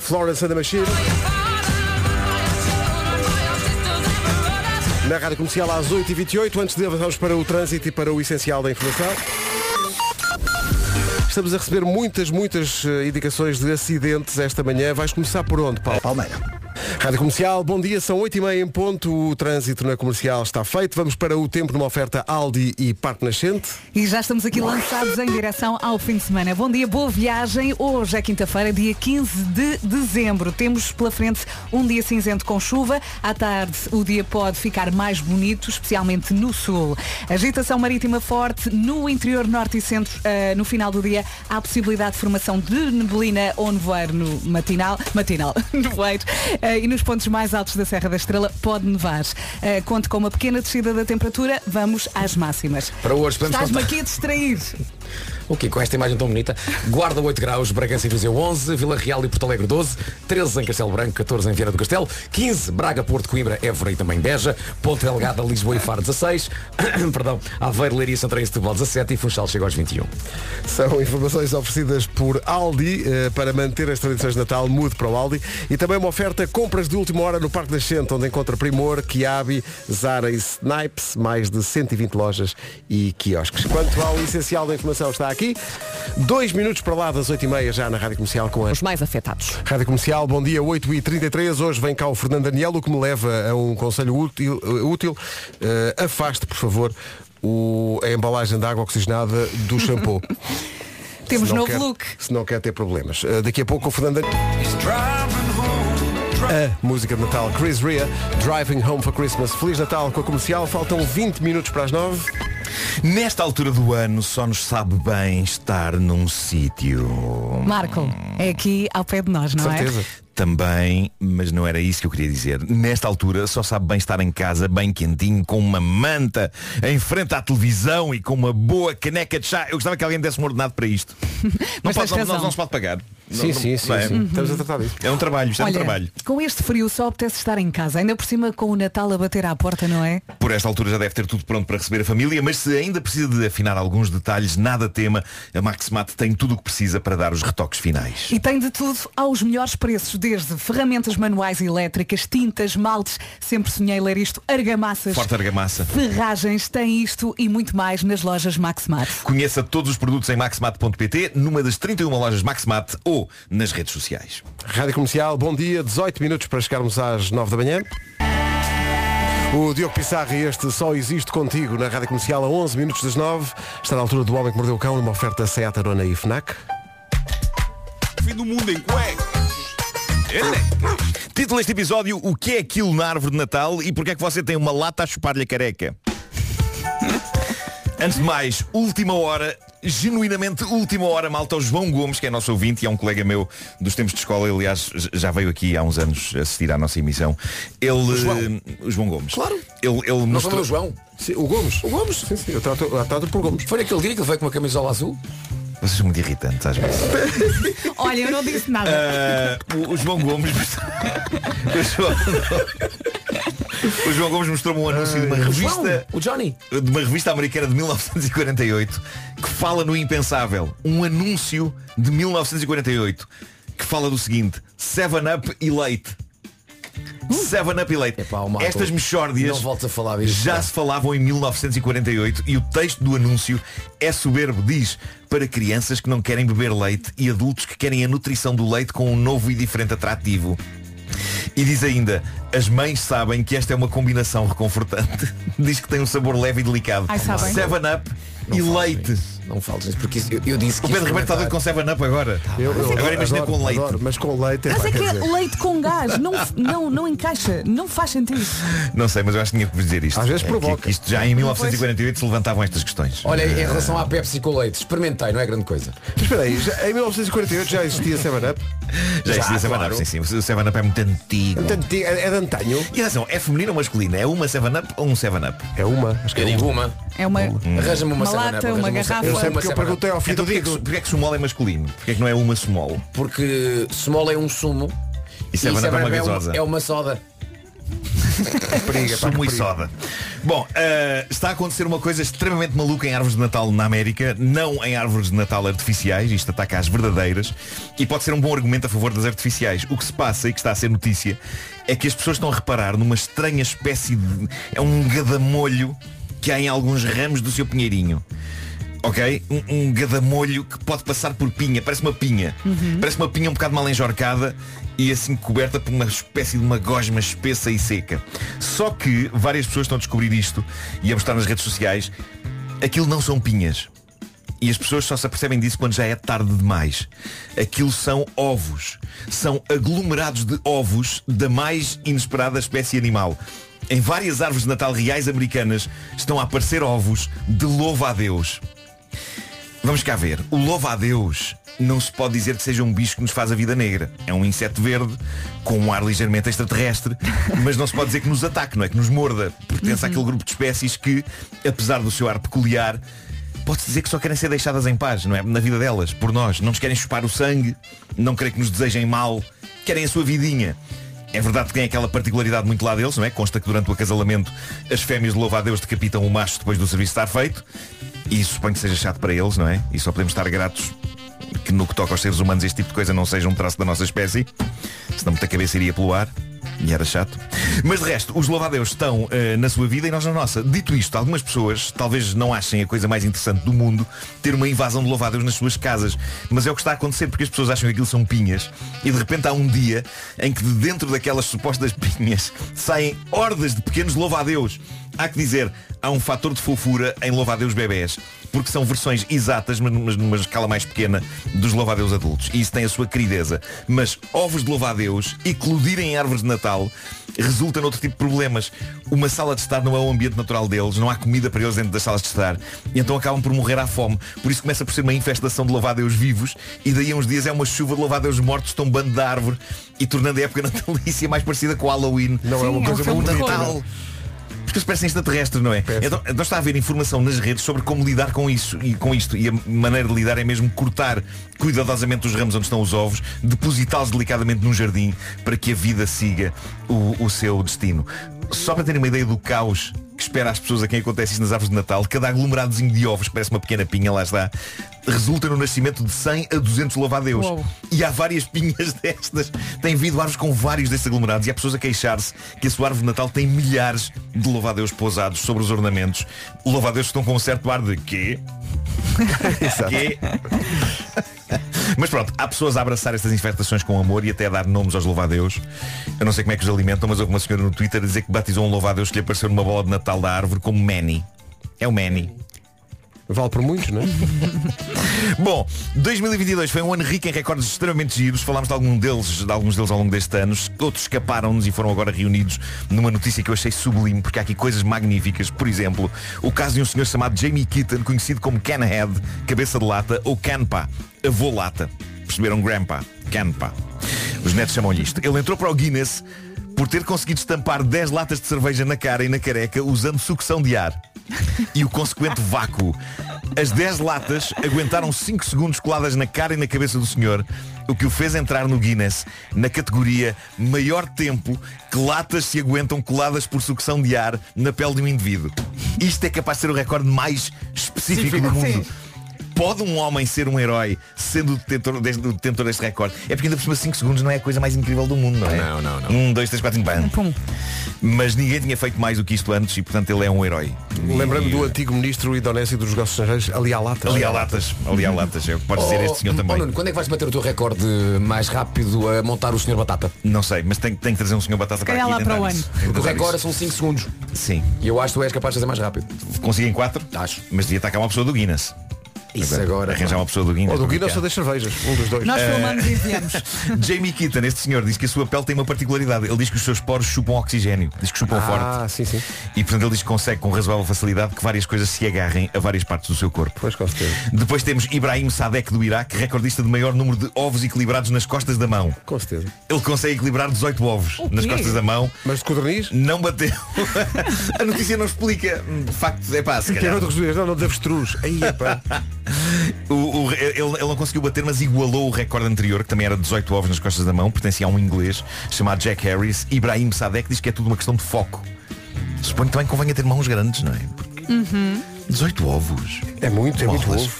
S1: Florence and the Machine. Na Rádio Comercial às 8h28, antes de avançarmos para o trânsito e para o essencial da informação. Estamos a receber muitas, muitas eh, indicações de acidentes esta manhã. Vais começar por onde, Paulo?
S2: Palmeira.
S1: Rádio Comercial, bom dia, são 8h30 em ponto. O trânsito na comercial está feito. Vamos para o tempo numa oferta Aldi e Parque Nascente.
S3: E já estamos aqui lançados em direção ao fim de semana. Bom dia, boa viagem. Hoje é quinta-feira, dia 15 de dezembro. Temos pela frente um dia cinzento com chuva. À tarde, o dia pode ficar mais bonito, especialmente no sul. Agitação marítima forte no interior norte e centro. eh, no final do dia, há possibilidade de formação de neblina ou nevoeiro no matinal. Matinal, nevoeiro. Eh, e nos pontos mais altos da Serra da Estrela, pode nevar. Eh, conte com uma pequena descida da temperatura. Vamos às máximas.
S4: Para hoje, podemos
S3: Estás-me
S4: contar.
S3: aqui a distrair.
S4: O que com esta imagem tão bonita? Guarda 8 graus, Bragança e Viseu 11, Vila Real e Porto Alegre 12, 13 em Castelo Branco, 14 em Vieira do Castelo, 15 Braga, Porto, Coimbra, Évora e também Beja, Ponta Delgada, Lisboa e Faro 16, perdão, Aveiro, Leiria, Santarém e Setúbal 17 e um. Funchal chega aos 21.
S1: São informações oferecidas por Aldi eh, para manter as tradições de Natal, mude para o Aldi. E também uma oferta compras de última hora no Parque Nascente, onde encontra Primor, Kiabi, Zara e Snipes, mais de 120 lojas e quiosques. Quanto ao essencial da informação está aqui, dois minutos para lá das 8h30 já na Rádio Comercial com a
S3: Os mais afetados.
S1: Rádio Comercial, bom dia, 8h33. Hoje vem cá o Fernando Daniel, o que me leva a um conselho útil. eh, útil. Eh, afaste, por favor, o- a embalagem de água oxigenada do shampoo.
S3: Temos
S1: Se não
S3: novo
S1: quer-
S3: look.
S1: Se não quer ter problemas. Uh, daqui a pouco o Fernando. A música de Natal, Chris Rea, Driving Home for Christmas. Feliz Natal com a comercial, faltam 20 minutos para as 9.
S8: Nesta altura do ano só nos sabe bem estar num sítio.
S3: Marco, é aqui ao pé de nós, não é?
S1: Certeza.
S8: Também, mas não era isso que eu queria dizer. Nesta altura só sabe bem estar em casa, bem quentinho, com uma manta, em frente à televisão e com uma boa caneca de chá. Eu gostava que alguém desse um ordenado para isto. não,
S3: Mas
S8: pode,
S3: tens
S8: não,
S3: razão.
S8: não, não se pode pagar.
S1: Sim,
S8: Não-
S1: sim,
S8: não-
S1: sim,
S8: não é?
S1: sim. Estamos
S3: Uhum.
S1: a tratar disso.
S8: É um trabalho,
S3: é?
S8: isto é um
S3: Olha,
S8: trabalho.
S3: com este frio só apetece estar em casa, ainda por cima com o Natal a bater à porta, não é?
S8: Por esta altura já deve ter tudo pronto para receber a família, mas se ainda precisa de afinar alguns detalhes, nada tema, a Maxmat tem tudo o que precisa para dar os retoques finais.
S3: E tem de tudo aos melhores preços, desde ferramentas manuais e elétricas, tintas, maltes, sempre sonhei ler isto, argamassas,
S8: Forte argamassa.
S3: ferragens, tem isto e muito mais nas lojas Maxmart.
S8: Conheça todos os produtos em maxmat.pt, numa das 31 lojas Maxmat ou nas redes sociais.
S1: Rádio Comercial, bom dia, 18 minutos para chegarmos às 9 da manhã. O Diogo Pissarra e este Só Existe Contigo na Rádio Comercial a 11 minutos das 9. Está na altura do Homem que Mordeu o Cão numa oferta Seat Arona e FNAC.
S5: Fim do mundo em cuecas. é
S8: Título deste episódio, o que é aquilo na árvore de Natal e porque é que você tem uma lata a chupar-lhe a careca? Antes de mais, última hora, genuinamente última hora, malta, o João Gomes, que é nosso ouvinte e é um colega meu dos tempos de escola, ele, aliás, j- já veio aqui há uns anos assistir à nossa emissão. Ele. eh, O
S1: João?
S8: Gomes.
S4: Claro.
S8: Ele, ele
S4: Nós
S8: mostrou.
S4: falamos do é João.
S1: Sim, o Gomes. O Gomes? Sim, sim, eu trato, eu trato por Gomes.
S4: Foi naquele dia que ele veio com uma camisola azul.
S8: Vocês são muito irritantes às vezes.
S3: Olha, eu não disse nada.
S8: Ah, o, o João Gomes o João, o João Gomes mostrou-me um anúncio de uma revista
S4: O Johnny.
S8: de uma revista americana de 1948 que fala no impensável um anúncio de 1948 que fala do seguinte 7up e leite 7up e leite
S4: Epá, ó, Marco,
S8: estas mexórdias
S4: não voltes a falar disto,
S8: já
S4: pá.
S8: se falavam em 1948 e o texto do anúncio é soberbo diz para crianças que não querem beber leite e adultos que querem a nutrição do leite com um novo e diferente atrativo e diz ainda, As mães sabem que esta é uma combinação reconfortante. Diz que tem um sabor leve e delicado.
S3: Ai, sabem.
S8: 7-up
S4: Não
S8: e
S4: fales
S8: leite.
S4: nisso, Não fales nisso, porque isso- eu, eu disse que
S8: O Pedro
S4: este
S8: Ribeiro está doido com
S4: comentário-
S8: 7-up agora.
S1: Tá
S8: é agora imagina com leite.
S1: adoro, mas com leite é
S3: Mas
S1: pá,
S3: é que
S1: quer
S3: é
S1: dizer,
S3: leite com gás não, não, não encaixa, não faz sentido.
S8: Não sei, mas eu acho que tinha que vos dizer isto.
S1: Às vezes
S8: É que-
S1: provoca.
S8: que isto já em 1948 se levantavam estas questões.
S4: Olha, em relação à Pepsi com leite, experimentei, não é grande coisa.
S1: Mas Espera aí, já- em 1948 já existia 7-Up.
S8: já existia
S4: já,
S8: 7-up,
S4: claro.
S8: sim, sim. O 7-up é muito antigo.
S1: É é de antanho.
S8: E atenção, é feminino ou masculino? É uma 7-up ou um 7-up?
S1: É uma. Acho que
S4: Eu
S1: é
S4: digo uma.
S3: É uma.
S4: Arranja-me uma,
S3: Uma lata,
S4: Seven Up,
S3: uma
S4: arranja-me um
S3: garrafa.
S4: Seven
S1: Eu sei porque
S4: Up, uma
S1: eu
S4: Seven Up.
S1: perguntei ao filho
S8: Então
S1: do
S8: porquê é, que,
S1: Digo.
S8: porquê é que Sumol é masculino? Porquê é que não é uma Sumol?
S4: Porque Small é um sumo
S8: E Seven Up é uma
S4: Seven Up
S8: gasosa.
S4: é uma soda.
S8: Periga, Sumo e soda. Bom, eh, está a acontecer uma coisa extremamente maluca em árvores de Natal na América, não em árvores de Natal artificiais, isto ataca às verdadeiras, e pode ser um bom argumento a favor das artificiais. O que se passa e que está a ser notícia é que as pessoas estão a reparar numa estranha espécie de. é um gadamolho que há em alguns ramos do seu pinheirinho. Ok? Um, um gadamolho que pode passar por pinha, parece uma pinha. Parece uma pinha um bocado mal enjorcada e assim coberta por uma espécie de uma gosma espessa e seca. Só que várias pessoas estão a descobrir isto e a mostrar nas redes sociais. Aquilo não são pinhas. E as pessoas só se apercebem disso quando já é tarde demais. Aquilo são ovos. São aglomerados de ovos da mais inesperada espécie animal. Em várias árvores de Natal reais americanas estão a aparecer ovos de louva a Deus. Vamos cá ver. O louva a Deus não se pode dizer que seja um bicho que nos faz a vida negra. É um inseto verde, com um ar ligeiramente extraterrestre, mas não se pode dizer que nos ataque, não é que nos morda. Pertence àquele grupo de espécies que, apesar do seu ar peculiar, pode-se dizer que só querem ser deixadas em paz, não é? Na vida delas, por nós. Não nos querem chupar o sangue, não querem que nos desejem mal, querem a sua vidinha. É verdade que tem aquela particularidade muito lá deles, não é? Consta que durante o acasalamento as fêmeas de louva a Deus decapitam o macho depois do serviço estar feito. E isso suponho que seja chato para eles, não é? E só podemos estar gratos que no que toca aos seres humanos este tipo de coisa não seja um traço da nossa espécie. Senão muita cabeça iria pelo ar. E era chato. Mas de resto, os louvadeus estão eh, na sua vida e nós na nossa. Dito isto, algumas pessoas talvez não achem a coisa mais interessante do mundo ter uma invasão de louvadeus nas suas casas. Mas é o que está a acontecer porque as pessoas acham que aquilo são pinhas e de repente há um dia em que de dentro daquelas supostas pinhas saem hordas de pequenos louvadeus. Há que dizer, há um fator de fofura em louvadeus bebés porque são versões exatas, mas numa, numa escala mais pequena, dos louvadeus adultos. E isso tem a sua querideza. Mas ovos de louvadeus eclodirem em árvores de Natal resulta noutro tipo de problemas. Uma sala de estar não é o ambiente natural deles, não há comida para eles dentro das salas de estar. E então acabam por morrer à fome. Por isso começa por ser uma infestação de louvadeus vivos e daí a uns dias é uma chuva de louvadeus mortos tombando da árvore e tornando a época natalícia mais parecida com o Halloween.
S1: Não é uma
S8: Sim,
S1: coisa
S8: com o
S1: muito
S8: Natal. Porque eles parecem extraterrestres, não é? Então, então está a haver informação nas redes sobre como lidar com isso e com isto. E a maneira de lidar é mesmo cortar cuidadosamente os ramos onde estão os ovos, depositá-los delicadamente num jardim para que a vida siga o, o seu destino. Só para terem uma ideia do caos que espera as pessoas a quem acontece isso nas árvores de Natal, cada aglomeradozinho de ovos, que parece uma pequena pinha, lá está, resulta no nascimento de 100 a 200 louvadeus.
S3: Uau.
S8: E há várias pinhas destas. Tem vindo árvores com vários destes aglomerados e há pessoas a queixar-se que a sua árvore de Natal tem milhares de louvadeus pousados sobre os ornamentos. Louvadeus que estão com um certo ar de quê? quê? Mas pronto, há pessoas a abraçar estas infestações com amor e até a dar nomes aos louvadeus. Eu não sei como é que os alimentam, mas houve uma senhora no Twitter a dizer que batizou um louvadeus que lhe apareceu numa bola de Natal da árvore como Manny. É o Manny.
S1: Vale por muitos, não é?
S8: Bom, 2022 foi um ano rico em recordes extremamente giros. Falámos de, algum deles, de alguns deles ao longo deste ano. Outros escaparam-nos e foram agora reunidos numa notícia que eu achei sublime, porque há aqui coisas magníficas. Por exemplo, o caso de um senhor chamado Jamie Keaton, conhecido como Canhead, cabeça de lata, ou Canpa, avô lata. Perceberam? Grandpa, Canpa. Os netos chamam-lhe isto. Ele entrou para o Guinness por ter conseguido estampar 10 latas de cerveja na cara e na careca usando sucção de ar e o consequente vácuo. As 10 latas aguentaram 5 segundos coladas na cara e na cabeça do senhor, o que o fez entrar no Guinness na categoria maior tempo que latas se aguentam coladas por sucção de ar na pele de um indivíduo. Isto é capaz de ser o recorde mais específico do mundo. Pode um homem ser um herói sendo o detentor, deste- o detentor deste recorde? É porque ainda por cima 5 segundos não é a coisa mais incrível do mundo, não é?
S4: Não, não, não.
S8: 1, 2, 3, 4, 5, bam.
S3: Pum.
S8: Mas ninguém tinha feito mais do que isto antes e portanto ele é um herói.
S1: Lembrando do antigo ministro idonésio dos negócios estrangeiros, ali à lata.
S8: Ali há latas, ali há latas, é o que pode ser este senhor
S4: Oh,
S8: também.
S4: Nuno, quando é que vais bater o teu recorde mais rápido a montar o senhor Batata?
S8: Não sei, mas tem, tem que trazer um senhor batata para
S3: calhar
S8: aqui
S3: lá
S8: e tentar
S3: para o
S8: isso.
S3: ano.
S8: Tentar
S4: Porque o
S8: isso.
S4: recorde são 5 segundos.
S8: Sim,
S4: E eu acho que tu és capaz de fazer mais rápido.
S8: consigo em 4,
S4: Acho.
S8: mas devia estar cá uma pessoa do Guinness.
S4: Isso agora.
S8: é
S4: Oh,
S8: Arranjar uma pessoa do Guinness.
S1: Ou do Guinness
S8: para
S1: ou das cervejas, um dos dois.
S3: Nós filmamos e enviamos.
S8: Jamie Keaton, este senhor, diz que a sua pele tem uma particularidade. Ele diz que os seus poros chupam oxigênio, diz que chupam
S1: ah,
S8: forte.
S1: sim, sim.
S8: E portanto ele diz que consegue com razoável facilidade que várias coisas se agarrem a várias partes do seu corpo.
S1: Pois com certeza.
S8: Depois temos Ibrahim Sadek do Iraque, recordista de maior número de ovos equilibrados nas costas da mão.
S1: Com certeza.
S8: Ele consegue equilibrar 18 ovos
S3: O
S8: nas
S3: quê?
S8: costas da mão.
S1: Mas de codorniz?
S8: Não bateu. a notícia não explica. De facto, é pá, se
S1: Que
S8: calhar.
S1: era outro codorniz, não, não, de avestruz. Aí, epá.
S8: O- o- ele, ele não conseguiu bater, mas igualou o recorde anterior, que também era 18 ovos nas costas da mão, pertencia a um inglês chamado Jack Harris. Ibrahim Sadek diz que é tudo uma questão de foco. Suponho que também convenha ter mãos grandes, não é? Porque 18 ovos.
S1: É muito, é muito
S8: Bolas.
S1: ovo.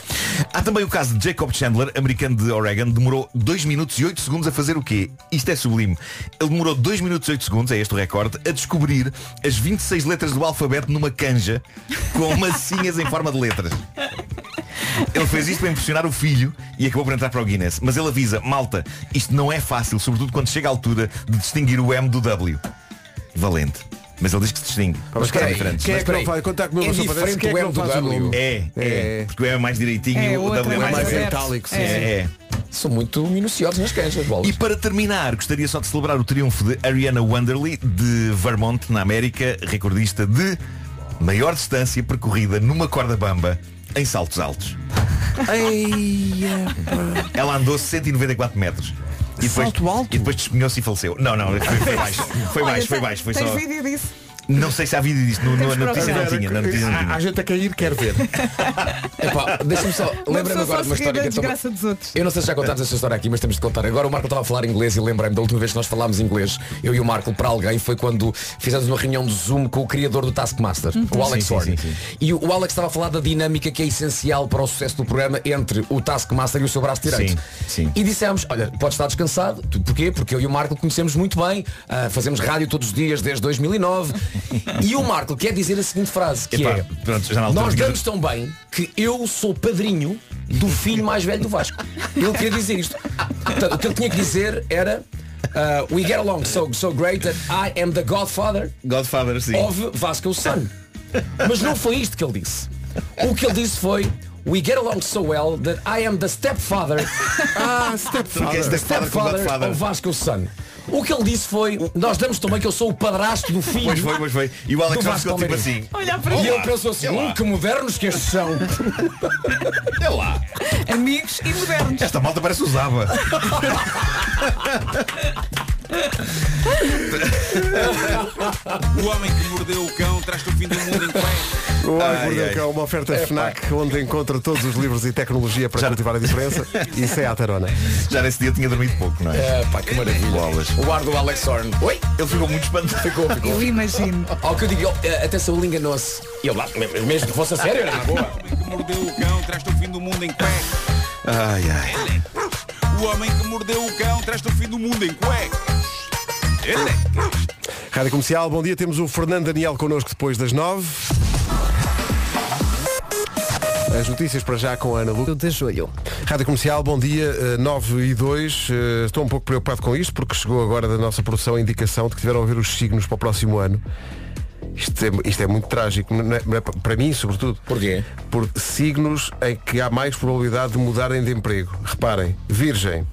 S8: Há também o caso de Jacob Chandler, americano de Oregon, demorou 2 minutos e 8 segundos a fazer o quê? Isto é sublime. Ele demorou 2 minutos e 8 segundos, é este o recorde, a descobrir as 26 letras do alfabeto numa canja com massinhas em forma de letras. Ele fez isto para impressionar o filho e acabou por entrar para o Guinness. Mas ele avisa, malta, isto não é fácil, sobretudo quando chega à altura de distinguir o M do W. Valente. Mas ele diz que se distingue.
S1: Mas
S8: que é
S1: quem-
S8: diferente.
S1: Quem é
S4: Mas
S1: que não
S4: peraí,
S1: faz? Quando está a comer uma
S4: é
S1: sopa dessas,
S4: diferente
S1: quem é
S4: o
S1: que
S4: M
S1: não
S4: do
S1: faz o
S4: W?
S1: W?
S8: É, é,
S1: É.
S8: Porque o M é mais direitinho
S3: É,
S8: e o
S3: outra
S8: W é
S3: mais
S8: mais,
S1: Mais
S3: aberto.
S1: metálico, sim.
S8: É,
S1: sim.
S8: é.
S4: São muito minuciosos nas canjas, bolas.
S8: E para terminar, gostaria só de celebrar o triunfo de Ariana Wanderley de Vermont, na América, recordista de maior distância percorrida numa corda bamba em saltos altos. Ela andou 194 metros. E depois,
S1: Salto alto?
S8: E depois despenhou-se e faleceu. Não, não, foi, foi baixo. Foi baixo, foi baixo. Foi
S3: tá- Tens
S8: só...
S3: vídeo disso?
S8: Não sei se há vídeo disto. No, no, na notícia não
S1: Vera,
S8: tinha. Na notícia
S2: Ah,
S8: não
S1: há- Há
S8: tinha.
S1: gente a cair, quer ver.
S4: Epá, deixa-me só,
S3: Uma
S4: lembra-me
S3: pessoa só
S4: agora de
S3: se rir da
S4: uma história que eu também-
S3: desgraça dos outros.
S4: Eu não sei se já contaste esta história aqui, mas temos de contar. Agora o Marco estava a falar inglês e lembrei-me da última vez que nós falámos inglês, eu e o Marco, para alguém, foi quando fizemos uma reunião de Zoom com o criador do Taskmaster, o Alex
S8: Uhum. Sim, sim,
S4: Horn.
S8: sim, sim.
S4: E o Alex estava a falar da dinâmica que é essencial para o sucesso do programa entre o Taskmaster e o seu braço direito.
S8: Sim, sim.
S4: E dissemos, olha, pode estar descansado. Tu- Porquê? Porque eu e o Marco conhecemos muito bem, ah, fazemos rádio todos os dias desde 2009. e o Marco quer dizer a seguinte frase, que
S8: Epá,
S4: é...
S8: pronto, já na altura
S4: Nós
S8: tinha-
S4: damos tão bem que eu sou padrinho do filho mais velho do Vasco. Ele queria dizer isto. Portanto, o que ele tinha que dizer era ah, We get along so, so great that I am the godfather
S8: Godfather, sim.
S4: of Vasco's son. Mas não foi isto que ele disse. O que ele disse foi We get along so well that I am the stepfather
S1: Ah, stepfather.
S8: Porque este é Godfather com
S4: stepfather
S8: Godfather.
S4: of Vasco's son. O que ele disse foi Nós damos tão bem que eu sou o padrasto do filho.
S8: Pois foi, pois foi. E o Alex
S4: Do
S8: Jones
S4: Vasco
S8: ficou tipo
S4: Palmeirinho.
S8: assim.
S3: Olha para
S4: E
S3: mim.
S4: ele pensou assim, hum, que modernos que estes são.
S8: É lá.
S3: Amigos e modernos.
S8: Esta malta parece usava.
S5: O homem que mordeu o cão traz-te o fim do mundo em cuecas.
S1: O Homem que
S8: Ai,
S1: Mordeu o
S8: ai.
S1: Cão, uma oferta FNAC, onde encontra todos os livros e tecnologia para cultivar a diferença. Isso é a tarona.
S8: Já nesse dia tinha dormido pouco, não é?
S4: É, pá, que maravilha.
S8: Bolas.
S4: O ar do Alex Horn. Oi?
S8: Ele ficou muito espantado.
S4: Ficou, ficou.
S3: Eu imagino.
S4: Ao que eu digo, ele, eh, atenção, ele enganou-se. E ele lá, mesmo que fosse a sério, era na boa.
S5: O homem que mordeu o cão traz-te o fim do mundo em cuecas.
S8: Ai, ai.
S5: O homem que mordeu o cão traz-te o fim do mundo em cuecas. Ele. é.
S1: Rádio Comercial, bom dia. Temos o Fernando Daniel connosco depois das nove. As notícias para já com a Ana Lu.
S3: De julho.
S1: Rádio Comercial, bom dia, eh, 9 e 2. Eh, Estou um pouco preocupado com isto porque chegou agora da nossa produção a indicação de que tiveram a ver os signos para o próximo ano. Isto é, isto é muito trágico, não é- não é pa- para mim sobretudo.
S4: Porquê?
S1: Por signos em que há mais probabilidade de mudarem de emprego. Reparem, Virgem,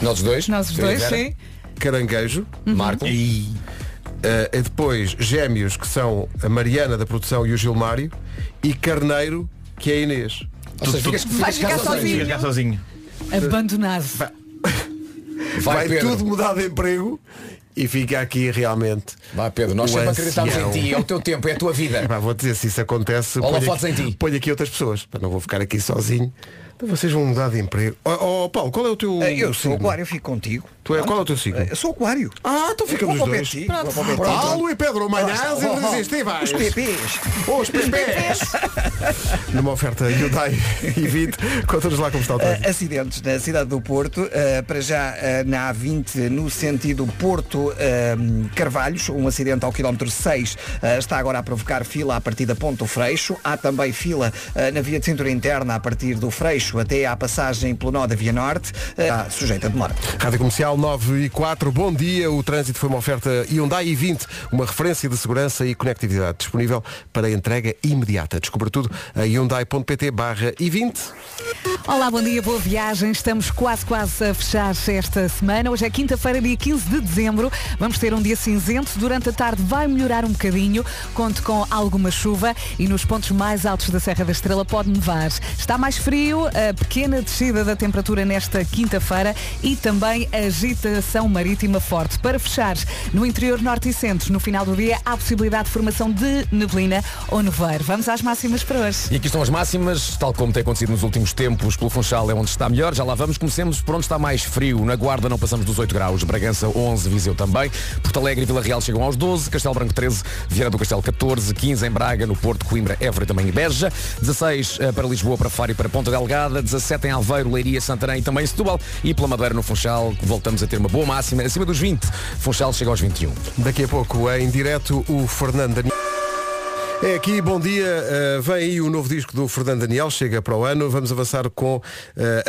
S4: Nós os dois.
S3: Nós os dois,
S4: Vera,
S3: sim.
S1: Caranguejo,
S2: Uhum.
S4: Marco.
S1: eh, e depois Gêmeos, que são a Mariana da produção e o Gilmário, e Carneiro, que é a Inês.
S4: Ou seja, ficas,
S3: Vai
S4: ficas cá
S3: ficar
S4: É sozinho.
S3: sozinho.
S8: Fica cá sozinho.
S3: Abandonado.
S1: Vai,
S4: Pedro.
S1: tudo mudar de emprego e fica aqui realmente.
S4: Vai, Pedro. Nós
S1: O
S4: sempre acreditamos em
S1: ancião.
S4: ti. É o teu tempo, é a tua vida.
S1: Epá, vou dizer, se isso acontece,
S4: Olá,
S1: ponho
S4: fotos
S1: aqui,
S4: em ti.
S1: ponho aqui outras pessoas. Pá, Não vou ficar aqui sozinho Então Vocês vão mudar de emprego. Ó ó, Paulo, qual é o teu.
S2: Ah, Eu sou
S1: signo?
S2: aquário, eu fico contigo.
S1: Tu é- qual é o teu signo?
S2: Ah, Eu sou aquário.
S1: Ah, então fica
S2: Vou
S1: nos
S2: para o
S1: dois.
S2: PT, vou para o PT.
S1: Paulo e Pedro Manhãs
S2: Oh, oh,
S1: e resistem
S2: Os
S1: vais.
S2: PPs.
S1: Os pipés. Numa oferta Hyundai e Vite. Conta-nos lá como está o trânsito.
S2: Ah, acidentes na cidade do Porto, ah, para já ah, na A20 no sentido Porto ah, Carvalhos, um acidente ao quilómetro 6 ah, está agora a provocar fila a partir da Ponto Freixo, há também fila ah, na via de cintura interna a partir do Freixo até à passagem pelo nó da Via Norte, ah, sujeita a demora.
S1: Rádio Comercial 9 e 4, bom dia. O trânsito foi uma oferta Hyundai i20, uma referência de segurança e conectividade disponível para entrega imediata. Descubra tudo em hyundai.pt barra i20.
S3: Olá, bom dia, boa viagem. Estamos quase, quase a fechar esta semana. Hoje é quinta-feira, dia 15 de dezembro. Vamos ter um dia cinzento. Durante a tarde vai melhorar um bocadinho. Conto com alguma chuva e nos pontos mais altos da Serra da Estrela pode nevar. Está mais frio, a pequena descida da temperatura nesta quinta-feira e também agitação marítima forte. Para fechar, no interior norte e centro, no final do dia, há possibilidade de formação de neblina ou nevoeiro. Vamos às máximas para hoje.
S4: E aqui estão as máximas, tal como tem acontecido nos últimos tempos, pelo Funchal é onde está melhor, já lá vamos, comecemos por onde está mais frio, na Guarda não passamos dos 8 graus, Bragança 11, Viseu também, Porto Alegre e Vila Real chegam aos 12, Castelo Branco 13, Vieira do Castelo 14, 15 em Braga, no Porto, Coimbra, Évora e também em Beja, 16 eh, para Lisboa, para Faro e para Ponta Delgada, 17 em Alveiro, Leiria, Santarém e também em Setúbal e pela Madeira no Funchal voltamos a ter uma boa máxima, acima dos 20, Funchal chega aos 21.
S1: Daqui a pouco, é em direto, o Fernando Daniel. É aqui, bom dia. Uh, vem aí o novo disco do Fernando Daniel, chega para o ano. Vamos avançar com uh,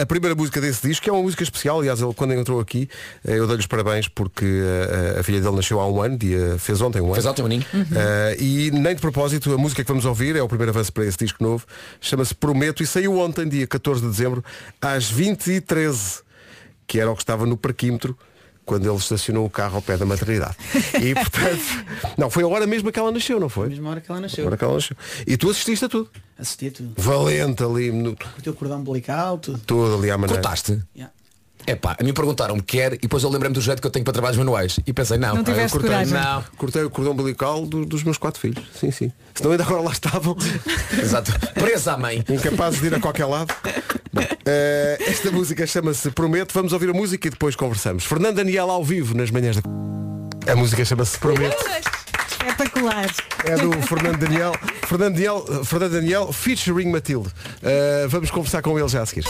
S1: a primeira música desse disco, que é uma música especial. Aliás, ele quando entrou aqui, uh, eu dei-lhe os parabéns porque uh, a filha dele nasceu há um ano, dia, fez ontem um ano.
S4: Fez ontem um aninho.
S9: Uhum.
S1: Uh, e nem de propósito, a música que vamos ouvir é o primeiro avanço para esse disco novo. Chama-se Prometo e saiu ontem, dia 14 de dezembro, às 20h13, que era o que estava no parquímetro quando ele estacionou o carro ao pé da maternidade. E portanto, não, foi a hora mesmo que ela nasceu, não foi?
S9: mesma hora que ela
S1: A
S9: nasceu.
S1: hora que ela nasceu. E tu assististe a tudo.
S9: Assisti a tudo.
S1: Valente ali, no,
S9: O teu cordão umbilical, tudo.
S1: todo ali à maneira.
S4: Cortaste?
S9: Yeah.
S4: É pá, a mim perguntaram-me quer e depois eu lembrei-me do jeito que eu tenho para trabalhos manuais e pensei, não,
S3: Não
S4: eu
S3: tiveste
S4: cortei,
S3: coragem.
S4: Não,
S1: Cortei o cordão umbilical do- dos meus quatro filhos. Sim, sim. Senão ainda agora lá estavam.
S4: exato, presa à mãe.
S1: Incapazes de ir a qualquer lado. Bom, eh, esta música chama-se Prometo. Vamos ouvir a música e depois conversamos. Fernando Daniel ao vivo nas manhãs da. A música chama-se Prometo.
S3: Espetacular.
S1: É do Fernando Daniel. Fernando Daniel, eh, Fernando Daniel featuring Matilde. Eh, vamos conversar com ele já a seguir.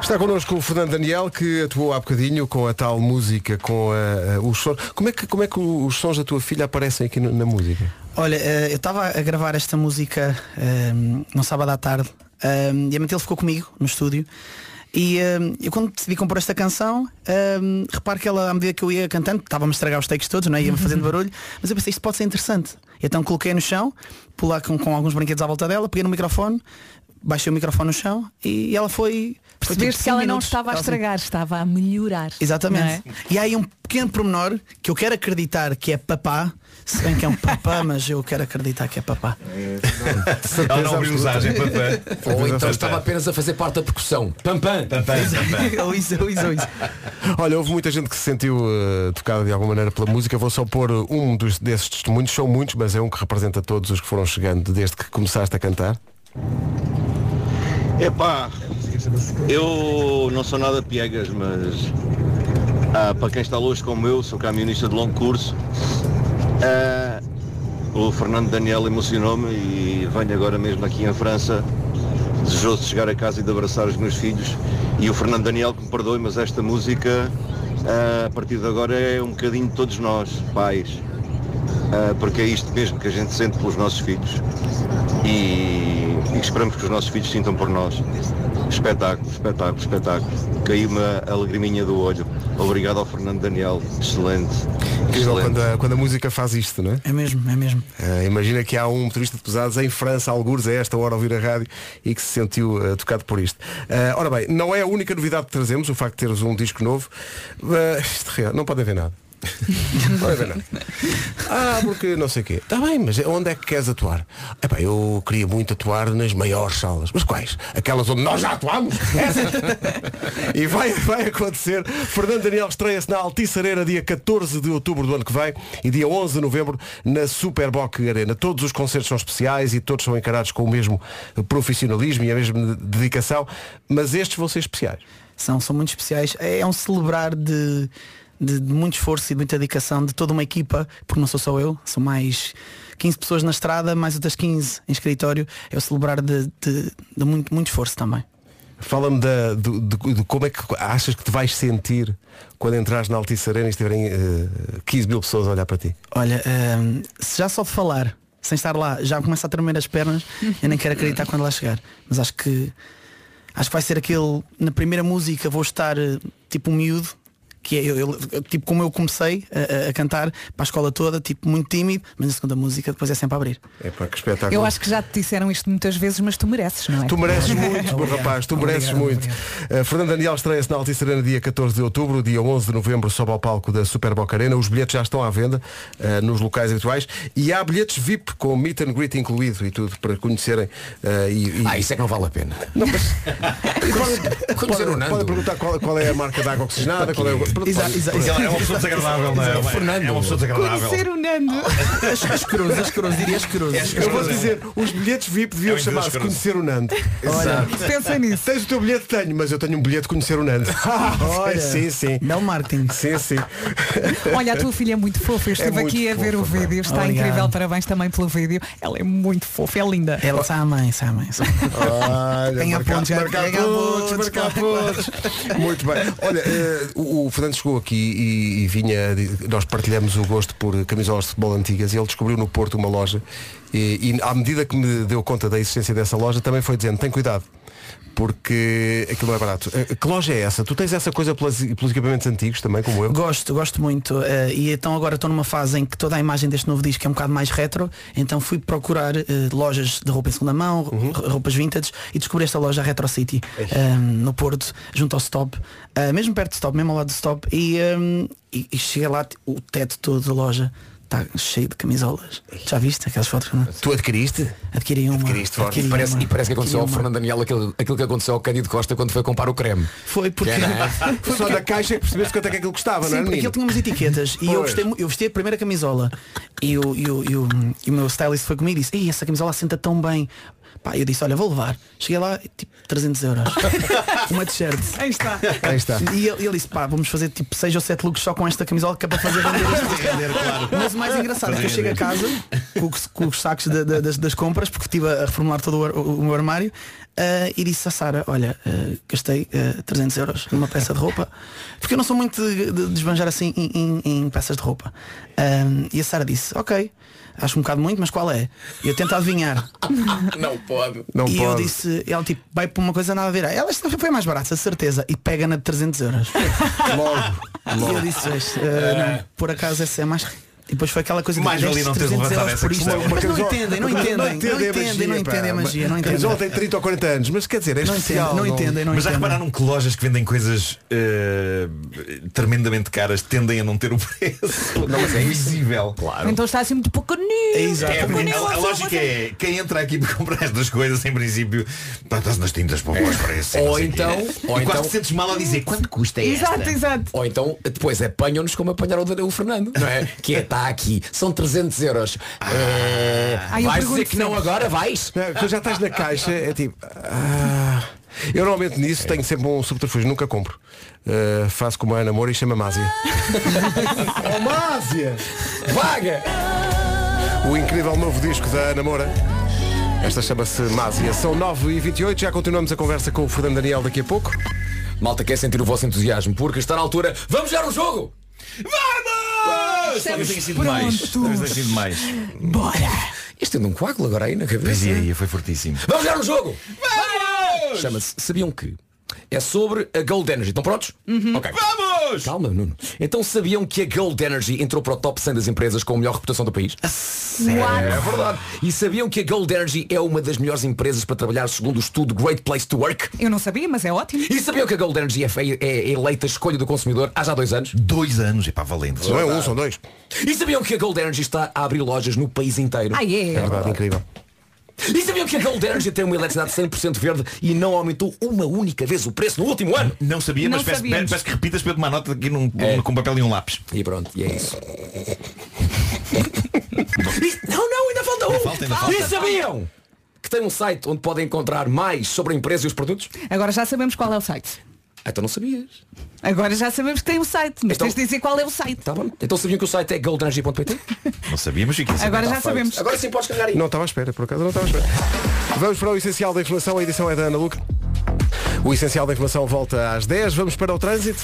S1: Está connosco o Fernando Daniel, que atuou há bocadinho com a tal música, com a- a- os sons. Como é, que, como é que os sons da tua filha aparecem aqui no- na música?
S9: Olha, eh, eu estava a gravar esta música ehm, no sábado à tarde ehm, e a Matilde ficou comigo no estúdio e ehm, eu quando decidi compor esta canção, ehm, reparo que ela à medida que eu ia cantando, estava-me a estragar os takes todos, não é? ia-me fazendo barulho, mas eu pensei isto pode ser interessante. Então coloquei no chão, pular com, com alguns brinquedos à volta dela, peguei no microfone, baixei o microfone no chão e ela foi. foi tipo
S3: Percebeste que
S9: cinco
S3: ela não
S9: minutos.
S3: estava a
S9: Ela assim,
S3: estragar, estava a melhorar.
S9: Exatamente.
S3: Não é?
S9: E há aí um pequeno pormenor que eu quero acreditar que é papá, se bem que é um papá, mas eu quero acreditar que é papá.
S8: Ela não abriu usagem.
S4: Ou então estava apenas a fazer parte da percussão. Pam pam.
S9: ou isso, ou isso, ou isso.
S1: Olha, houve muita gente que se sentiu eh, tocada de alguma maneira pela música. Vou só pôr eh, um dos, desses testemunhos. São muitos, mas é um que representa todos os que foram chegando desde que começaste a cantar.
S10: Epá, eu não sou nada piegas, mas ah, para quem está longe como eu, sou camionista de longo curso, ah, o Fernando Daniel emocionou-me e venho agora mesmo aqui em França, desejoso de chegar a casa e de abraçar os meus filhos. E o Fernando Daniel, que me perdoe, mas esta música ah, a partir de agora é um bocadinho de todos nós, pais, Ah, porque é isto mesmo que a gente sente pelos nossos filhos e, e esperamos que os nossos filhos sintam por nós. Espetáculo, espetáculo, espetáculo. Caiu-me a lagriminha do olho. Obrigado ao Fernando Daniel. Excelente.
S1: Incrível
S10: Excelente.
S1: quando a, quando a música faz isto, não é?
S9: É mesmo, é mesmo.
S1: Eh, imagina que há um motorista de pesados em França, algures a esta hora a ouvir a rádio e que se sentiu eh, tocado por isto. Eh, ora bem, não é a única novidade que trazemos, o facto de teres um disco novo. Eh, isto é real, não pode haver nada. Não é verdade. Ah, porque não sei o quê. Está bem, mas onde é que queres atuar? Epá, eu queria muito atuar nas maiores salas. Mas quais? Aquelas onde nós já atuámos? Essas? e vai, vai acontecer. Fernando Daniel estreia-se na Altice Arena dia 14 de outubro do ano que vem e dia 11 de novembro na Superboc Arena. Todos os concertos são especiais e todos são encarados com o mesmo profissionalismo e a mesma dedicação, mas estes vão ser especiais.
S9: São, são muito especiais. É é um celebrar de, de- de muito esforço e de muita dedicação de toda uma equipa, porque não sou só eu, são mais 15 pessoas na estrada, mais outras 15 em escritório. É o celebrar de, de- de muito, muito esforço também.
S1: Fala-me da- do- do- de como é que achas que te vais sentir quando entrares na Altice Arena e estiverem eh, 15 mil pessoas a olhar para ti.
S9: Olha, hum, se já só de falar, sem estar lá, já começa a tremer as pernas, eu nem quero acreditar quando lá chegar. Mas acho que acho que vai ser aquele, na primeira música vou estar eh, tipo um miúdo, que é eu, eu- eu- tipo como eu comecei a, a- a cantar para a escola toda, tipo muito tímido, mas na segunda música depois é sempre a abrir.
S1: É para que espetáculo.
S3: Eu acho que já te disseram isto muitas vezes, mas tu mereces, não é?
S1: Tu mereces muito, meu rapaz, tu mereces muito. Eh, Fernando Daniel estreia-se na Altice Arena dia 14 de outubro, dia 11 de novembro sobe ao palco da Super Boca Arena. Os bilhetes já estão à venda eh, nos locais habituais e há bilhetes VIP com meet and greet incluído e tudo para conhecerem. eh, e, e-
S4: Ah, isso é que não vale a pena.
S1: Não, mas-
S4: Conhecer o
S1: Podem
S4: Nando.
S1: podem perguntar qual, qual é a marca da água oxigenada, qual é o... Pronto,
S9: Exato,
S1: podem-
S9: exato,
S8: Porque
S9: exato.
S8: ela é uma pessoa desagradável, não é?
S4: Fernando.
S8: É uma pessoa desagradável.
S3: Conhecer o Nando.
S9: As, as cruzes, as cruzes, diria as cruzes.
S1: Eu vou dizer, os bilhetes VIP deviam
S8: É um
S1: chamar-se
S8: inglês
S1: Conhecer o Nando.
S9: Olha,
S3: Pensa nisso.
S1: Tens o teu bilhete? Tenho, mas eu tenho um bilhete Conhecer o Nando.
S9: Olha.
S1: sim, sim.
S9: Bel marketing.
S1: Sim, sim.
S3: Olha, a tua filha é muito fofa. Eu estive
S1: muito
S3: aqui a ver o
S1: fofa,
S3: vídeo. Está
S9: Obrigado.
S3: incrível. Parabéns também pelo vídeo. Ela é muito fofa, é linda.
S9: Ela sabe a mãe, sabe a mãe. sabe a mãe.
S1: Olha,
S9: Ganha
S1: marcar-
S9: pontos, ganha-
S1: marcar
S9: ganha
S1: pontos,
S9: pontos,
S1: marcar pontos. Muito bem. Olha, eh, o, o Fernando chegou aqui e, e vinha, nós partilhamos o gosto por camisolas de futebol antigas e ele descobriu no Porto uma loja e, e à medida que me deu conta da existência dessa loja também foi dizendo, tem cuidado. Porque aquilo não é barato. Eh, Que loja é essa? Tu tens essa coisa pelas- pelos equipamentos antigos também, como eu?
S9: Gosto, gosto muito. eh, e então agora estou numa fase em que toda a imagem deste novo disco é um bocado mais retro, então fui procurar eh, lojas de roupa em segunda mão,
S4: Uhum.
S9: r- roupas vintage, e descobri esta loja Retro City, eh, no Porto, junto ao Stop, eh, mesmo perto do Stop, mesmo ao lado do Stop, e, eh, e, e cheguei lá, t- o teto todo da loja está cheio de camisolas. Já viste aquelas fotos? Não? é?
S1: Tu adquiriste?
S9: Adquiri uma.
S1: Adquiriste fotos.
S9: adquiri
S1: E
S4: Parece,
S9: uma,
S4: e parece que aconteceu ao
S9: adquiri uma.
S4: Fernando Daniel aquilo, aquilo que aconteceu ao Cândido Costa quando foi comprar o creme.
S9: Foi porque.
S1: Foi só da caixa que percebeste quanto é que aquilo custava, não
S9: Sim,
S1: é,
S9: porque
S1: menino?
S9: ele tinha umas etiquetas e eu,
S1: Pois.
S9: gostei mu- eu vesti a primeira camisola e o, e o, e o, e o meu stylist foi comigo e disse, Ei, essa camisola senta tão bem. Pá, eu disse, olha, vou levar. Cheguei lá, tipo, 300 euros. Uma t-shirt.
S3: Aí está.
S1: Aí está.
S9: E ele, ele disse, pá, vamos fazer tipo 6 ou 7 looks só com esta camisola que é para fazer vender isto. Mas o mais engraçado é que eu chego a casa com, os- com os sacos da- da- das, das compras, porque estive a reformular todo o, ar- o- o meu armário, ah, e disse à Sara, olha, ah, gastei ah, 300 euros numa peça de roupa, porque eu não sou muito de, de- de esbanjar assim em, em- em peças de roupa. Ah, e a Sara disse, ok, acho um bocado muito, mas qual é? E eu tento adivinhar
S4: Não pode.
S1: Não
S9: e eu
S1: Então pode.
S9: disse, ela tipo, vai para uma coisa nada a ver. Ela esta foi mais barata, de certeza. E pega na de 300 euros.
S1: Logo.
S9: e eu disse, "Este, eh, não, por acaso essa é mais. E depois foi aquela coisa
S8: Mais
S9: de
S8: valia não teres
S9: 300
S8: levantado
S9: euros
S8: essa
S9: por isto.
S8: questão.
S9: Mas não
S1: É Uma
S9: entendem, não entendem, não entendem, não entendem a magia, não entendem.
S1: Camisola tem 30 ou 40 anos, mas quer dizer, é
S9: Não
S1: especial.
S9: entendem, não entendem, não
S8: Mas já
S9: entendem.
S8: repararam que lojas que vendem coisas eh, tremendamente caras tendem a não ter o preço? Não, mas é invisível. Claro.
S3: Então está assim muito pequenino. assim,
S9: É, exato.
S8: É,
S9: Como
S8: porque a, a lógica é, quem entra aqui para comprar estas coisas, em princípio, pá, estás nas tintas para os preços. e não
S4: Ou
S8: sei o quê.
S4: então-
S8: E
S4: ou
S8: quase
S4: então-
S8: te sentes mal a dizer quanto custa esta?
S3: Exato, exato.
S4: Ou então depois apanham-nos como apanharam o, o Fernando, não é? Que é, está aqui, são 300 euros. É,
S3: Ai, eu
S4: vais
S3: pergunto
S4: dizer que não
S3: sempre.
S4: agora, vais?
S1: Não, Quando já estás na caixa, é tipo. ah. Eu normalmente nisso tenho sempre um subterfúgio, nunca compro. Uh, faço como a Ana Moura e chama Másia. oh, Másia!
S4: Vaga!
S1: O incrível novo disco da Ana Moura. Esta chama-se Másia. São 9h28, já continuamos a conversa com o Fernando Daniel daqui a pouco.
S4: Malta quer sentir o vosso entusiasmo porque está na altura. Vamos jogar um jogo!
S8: Vamos! Talvez tenha sido mais. Talvez tenha sido mais.
S4: Bora! é. Isto tendo um coágulo agora aí na
S8: Mas
S4: cabeça.
S8: ia, ia, é, foi fortíssimo.
S4: Vamos jogar um jogo! Vamos! Chama-se Sabiam que? É sobre a Gold Energy. Estão prontos? Ok. Vamos!
S8: Vamos!
S4: Calma, Nuno. Então sabiam que a Gold Energy entrou para o top 100 das empresas com a melhor reputação do país? É verdade. E sabiam que a Gold Energy é uma das melhores empresas para trabalhar segundo o estudo Great Place to Work?
S3: Eu não sabia, mas é ótimo.
S4: E sabiam que a Gold Energy é fe- é eleita escolha do consumidor há já dois anos?
S8: Dois anos, é pá, valente.
S1: Não é um, são dois.
S4: E sabiam que a Gold Energy está a abrir lojas no país inteiro?
S3: Ah, é?
S1: verdade, incrível.
S4: E sabiam que a Gold Energy tem uma eletricidade 100% verde e não aumentou uma única vez o preço no último ano?
S8: Não sabia,
S3: Não
S8: mas peço,
S3: sabíamos.
S8: peço- peço que repitas para eu tomar nota aqui num,
S4: É.
S8: com papel e um lápis.
S4: E pronto, e é isso. E- não, não, ainda falta um.
S8: falta, ainda falta.
S4: E sabiam que tem um site onde podem encontrar mais sobre a empresa e os produtos?
S3: Agora já sabemos qual é o site.
S4: Ah, Então não sabias.
S3: Agora já sabemos que tem o site, mas
S4: Então-
S3: tens de dizer qual é o site.
S4: Tá bom. Então sabiam que o site é goldenergy.pt?
S8: Não sabia, mas fiquei a saber. Tá
S3: Agora já sabemos.
S4: Agora sim podes carregar aí.
S1: Não estava à espera, por acaso não estava à espera. Vamos para o Essencial da Informação, a edição é da Ana Luca. O Essencial da Informação volta às 10, vamos para o trânsito.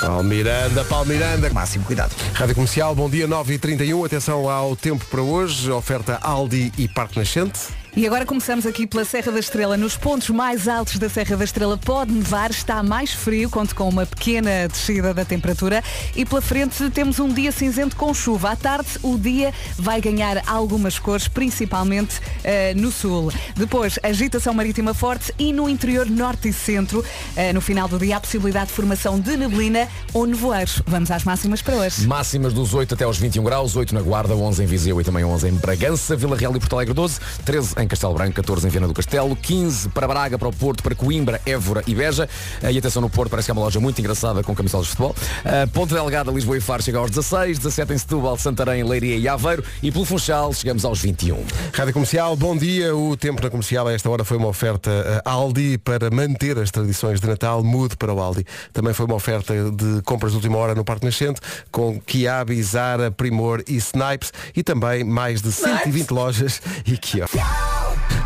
S1: Palmiranda, Palmiranda.
S2: Máximo cuidado.
S1: Rádio Comercial, bom dia, 9h31, atenção ao tempo para hoje, oferta Aldi e Parque Nascente.
S3: E agora começamos aqui pela Serra da Estrela. Nos pontos mais altos da Serra da Estrela pode nevar, está mais frio, conto com uma pequena descida da temperatura. E pela frente temos um dia cinzento com chuva. À tarde o dia vai ganhar algumas cores, principalmente eh, no sul. Depois, agitação marítima forte e no interior norte e centro. Eh, no final do dia há possibilidade de formação de neblina ou nevoeiros. Vamos às máximas para hoje.
S4: Máximas dos 8 até aos 21 graus, 8 na Guarda, 11 em Viseu e também 11 em Bragança, Vila Real e Porto Alegre 12, 13 em Castelo Branco, 14 em Viana do Castelo, 15 para Braga, para o Porto, para Coimbra, Évora e Beja. Eh, E atenção no Porto, parece que é uma loja muito engraçada com camisolas de futebol. Eh, Ponta Delgada, Lisboa e Faro chega aos 16, 17 em Setúbal, Santarém, Leiria e Aveiro e pelo Funchal chegamos aos 21.
S1: Rádio Comercial, bom dia. O tempo na comercial a esta hora foi uma oferta eh, Aldi para manter as tradições de Natal. Mude para o Aldi. Também foi uma oferta de compras de última hora no Parque Nascente com Kiabi, Zara, Primor e Snipes e também mais de 120 lojas e quiosques.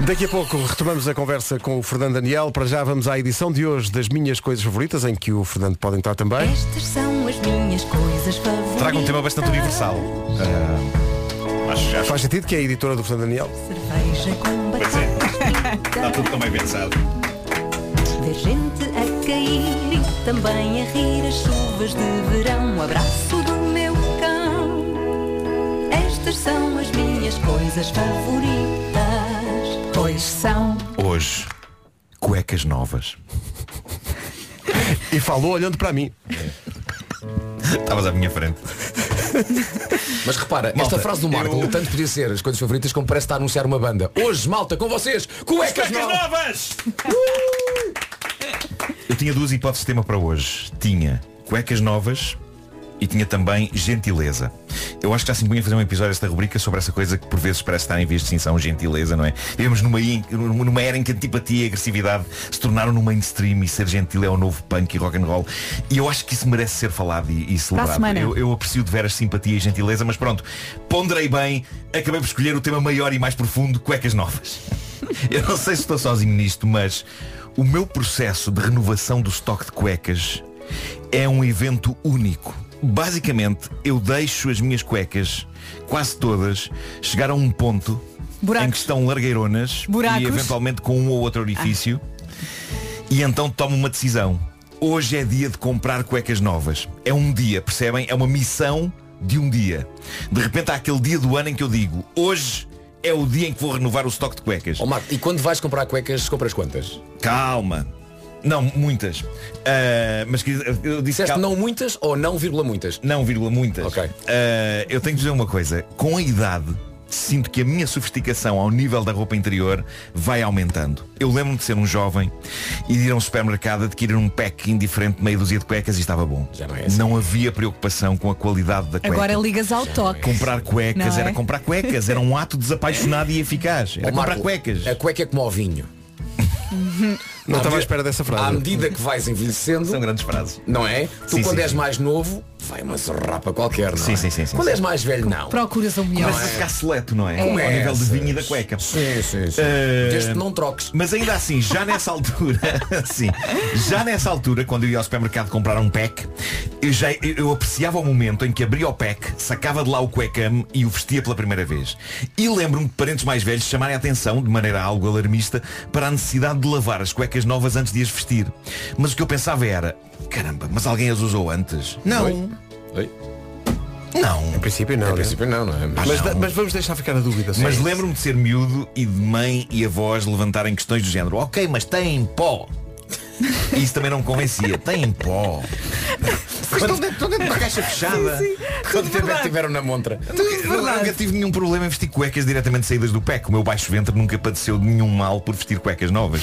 S1: Daqui a pouco retomamos a conversa com o Fernando Daniel. Para já vamos à edição de hoje das minhas coisas favoritas, em que o Fernando pode entrar também.
S11: Estas são as minhas coisas favoritas.
S8: Traga um tema bastante universal. Ah, acho que
S1: Faz sentido que é a editora do Fernando Daniel.
S11: Cerveja com
S8: Pois é. está
S11: batata
S8: tudo tão bem pensado.
S11: frita, Ver gente a cair e também a rir as chuvas de
S3: um
S11: verão. O abraço do meu cão. Estas são as minhas coisas favoritas.
S3: Pois são.
S8: Hoje, cuecas novas.
S1: E falou olhando para mim.
S8: Estavas à minha frente.
S4: Mas repara,
S8: Malta,
S4: esta frase do Marco
S8: eu-
S4: tanto podia ser as coisas favoritas como parece estar a anunciar uma banda. Hoje, malta, com vocês, cuecas novas!
S8: novas! Eu tinha duas hipóteses de tema para hoje. Tinha cuecas novas e tinha também gentileza. Eu acho que já se impunha fazer um episódio desta rubrica sobre essa coisa que por vezes parece estar em vias de extinção, gentileza, não é? Vivemos numa, in- numa era em que a antipatia e a agressividade se tornaram no mainstream e ser gentil é o novo punk e rock and roll. E eu acho que isso merece ser falado e, e celebrado.
S3: semana.
S8: Eu- eu aprecio de veras simpatia e gentileza, mas pronto, ponderei bem, acabei por escolher o tema maior e mais profundo, cuecas novas. Eu não sei se estou sozinho nisto, mas o meu processo de renovação do estoque de cuecas é um evento único. Basicamente, eu deixo as minhas cuecas, quase todas, chegar a um ponto
S3: Buracos.
S8: em que estão largueironas e
S3: Buracos. Ah.
S8: eventualmente com um ou outro orifício. E então tomo uma decisão. Hoje é dia de comprar cuecas novas. É um dia, percebem? É uma missão de um dia. De repente há aquele dia do ano em que eu digo, hoje é o dia em que vou renovar o estoque de cuecas.
S4: Ó Oh, Marco, e quando vais comprar cuecas, compras quantas?
S8: Calma. Não, muitas. Ah, mas quer dizer, eu disse
S4: Disseste
S8: cal-
S4: não muitas ou não vírgula muitas?
S8: não, vírgula, muitas.
S4: Ok.
S8: Ah, eu tenho que dizer uma coisa. Com a idade, sinto que a minha sofisticação ao nível da roupa interior vai aumentando. Eu lembro-me de ser um jovem e de ir a um supermercado adquirir um pack indiferente de meia dúzia de cuecas e estava bom.
S4: Já não é assim.
S8: Não havia preocupação com a qualidade da cueca.
S3: Agora ligas ao toque.
S8: Comprar cuecas,
S3: Não é?
S8: era comprar cuecas, era um ato desapaixonado e eficaz. Era
S4: Ó, Marco,
S8: É comprar cuecas.
S4: A cueca é como o vinho.
S1: Não
S4: À
S1: estava à
S4: medida-
S1: espera dessa
S4: À
S1: frase.
S4: medida que vais
S8: São
S4: envelhecendo,
S8: grandes frases.
S4: não é? Tu
S8: Sim,
S4: quando
S8: sim,
S4: és
S8: sim.
S4: mais novo, vai uma serrapa qualquer, não
S8: Sim,
S4: é?
S8: sim, sim, sim,
S4: Quando
S8: sim.
S4: és mais velho, não.
S3: Procuras o melhor.
S8: Começas a ficar seleto, não é? Ao nível
S4: Começas.
S8: de vinho e da cueca.
S4: Sim, sim, sim.
S8: Eh,
S4: Desde que não troques.
S8: Mas ainda assim, já nessa altura, sim, já nessa altura, quando eu ia ao supermercado comprar um pack, eu, já, eu, eu apreciava o momento em que abria o pack, sacava de lá o cuecame e o vestia pela primeira vez. E lembro-me de parentes mais velhos chamarem a atenção, de maneira algo alarmista, para a necessidade de lavar as cuecas cuecas novas antes de as vestir. Mas o que eu pensava era, caramba, mas alguém as usou antes? Não.
S12: Oi? Oi?
S8: Não.
S12: Em princípio
S1: né?
S12: não. Em princípio não, não é?
S8: Ah,
S12: Mas,
S8: não.
S12: da- mas vamos deixar ficar a dúvida. sim.
S8: Mas lembro-me de ser miúdo e de mãe e avós levantarem questões do género. Ok, mas tem pó. Isso também não me convencia. Tem pó.
S12: estão dentro- estão dentro de uma caixa fechada.
S8: Sim, sim.
S12: Quando tiver-
S8: Verdade.
S12: tiveram na montra.
S8: Então,
S4: é
S8: Eu nunca tive nenhum problema em vestir cuecas diretamente saídas do pé. O meu baixo ventre nunca padeceu de nenhum mal por vestir cuecas novas.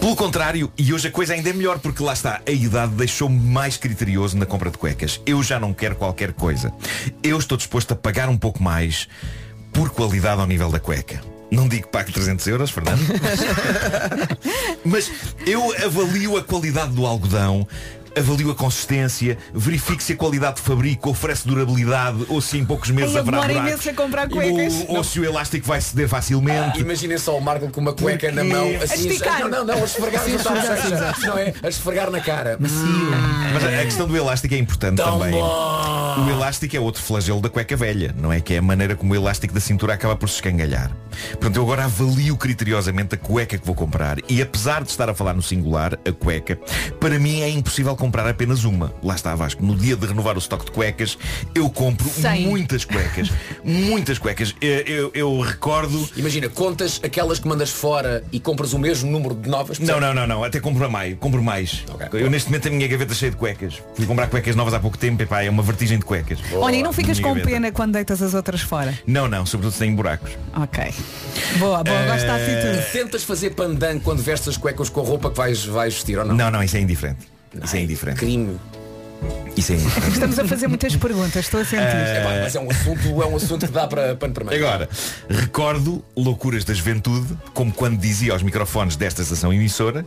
S8: Pelo contrário, e hoje a coisa ainda é melhor porque lá está, a idade deixou-me mais criterioso na compra de cuecas. Eu já não quero qualquer coisa. Eu estou disposto a pagar um pouco mais por qualidade ao nível da cueca. Não digo que pague 300 euros, Fernando. Mas eu avalio a qualidade do algodão Avalio a consistência, verifico se a qualidade de fabrico oferece durabilidade ou se em poucos meses
S3: Ai, eu
S8: haverá
S3: demoro
S8: buracos.
S3: imenso a comprar cuecas.
S8: Ou, ou se o elástico vai ceder facilmente.
S12: Imaginem só o Marco com uma cueca na mão, assim, Não, não, não, a esfregar
S8: Sim,
S12: no tal
S8: esfregar,
S12: seja,
S8: sim.
S12: Não é? A esfregar na cara.
S3: Ah.
S8: Mas a a questão do elástico é importante
S12: Tão
S8: também.
S12: bom.
S8: O elástico é outro flagelo da cueca velha, não é? Que é a maneira como o elástico da cintura acaba por se escangalhar. Portanto, eu agora avalio criteriosamente a cueca que vou comprar e apesar de estar a falar no singular, a cueca, para mim é impossível comprar apenas uma. Lá está Vasco. No dia de renovar o estoque de cuecas, eu compro
S12: Cem.
S8: muitas cuecas. muitas cuecas. Eu, eu- eu recordo.
S12: Imagina, contas aquelas que mandas fora e compras o mesmo número de novas.
S8: Não, não, não, não, até compro a mais, compro mais. Eu neste momento a minha gaveta é cheia de cuecas. Fui comprar cuecas novas há pouco tempo, epá, é uma vertigem de cuecas.
S3: Olha, e não ficas
S8: Minha
S3: com
S8: gaveta.
S3: pena quando deitas as outras fora.
S8: Não, não, sobretudo se têm buracos.
S3: Ok. Boa,
S8: Eh,
S3: boa, gosto da atitude.
S12: Tentas fazer pandan quando vestes as cuecas com a roupa que vais, vais vestir ou não?
S8: Não, não, isso é indiferente. Isso é indiferente.
S12: Crime.
S8: Isso é indiferente.
S3: Estamos a fazer muitas perguntas, estou a
S8: eh,
S3: sentir.
S12: Epá, mas é um assunto, é um assunto que dá para pano para meio.
S8: Agora, recordo loucuras da juventude, como quando dizia aos microfones desta estação emissora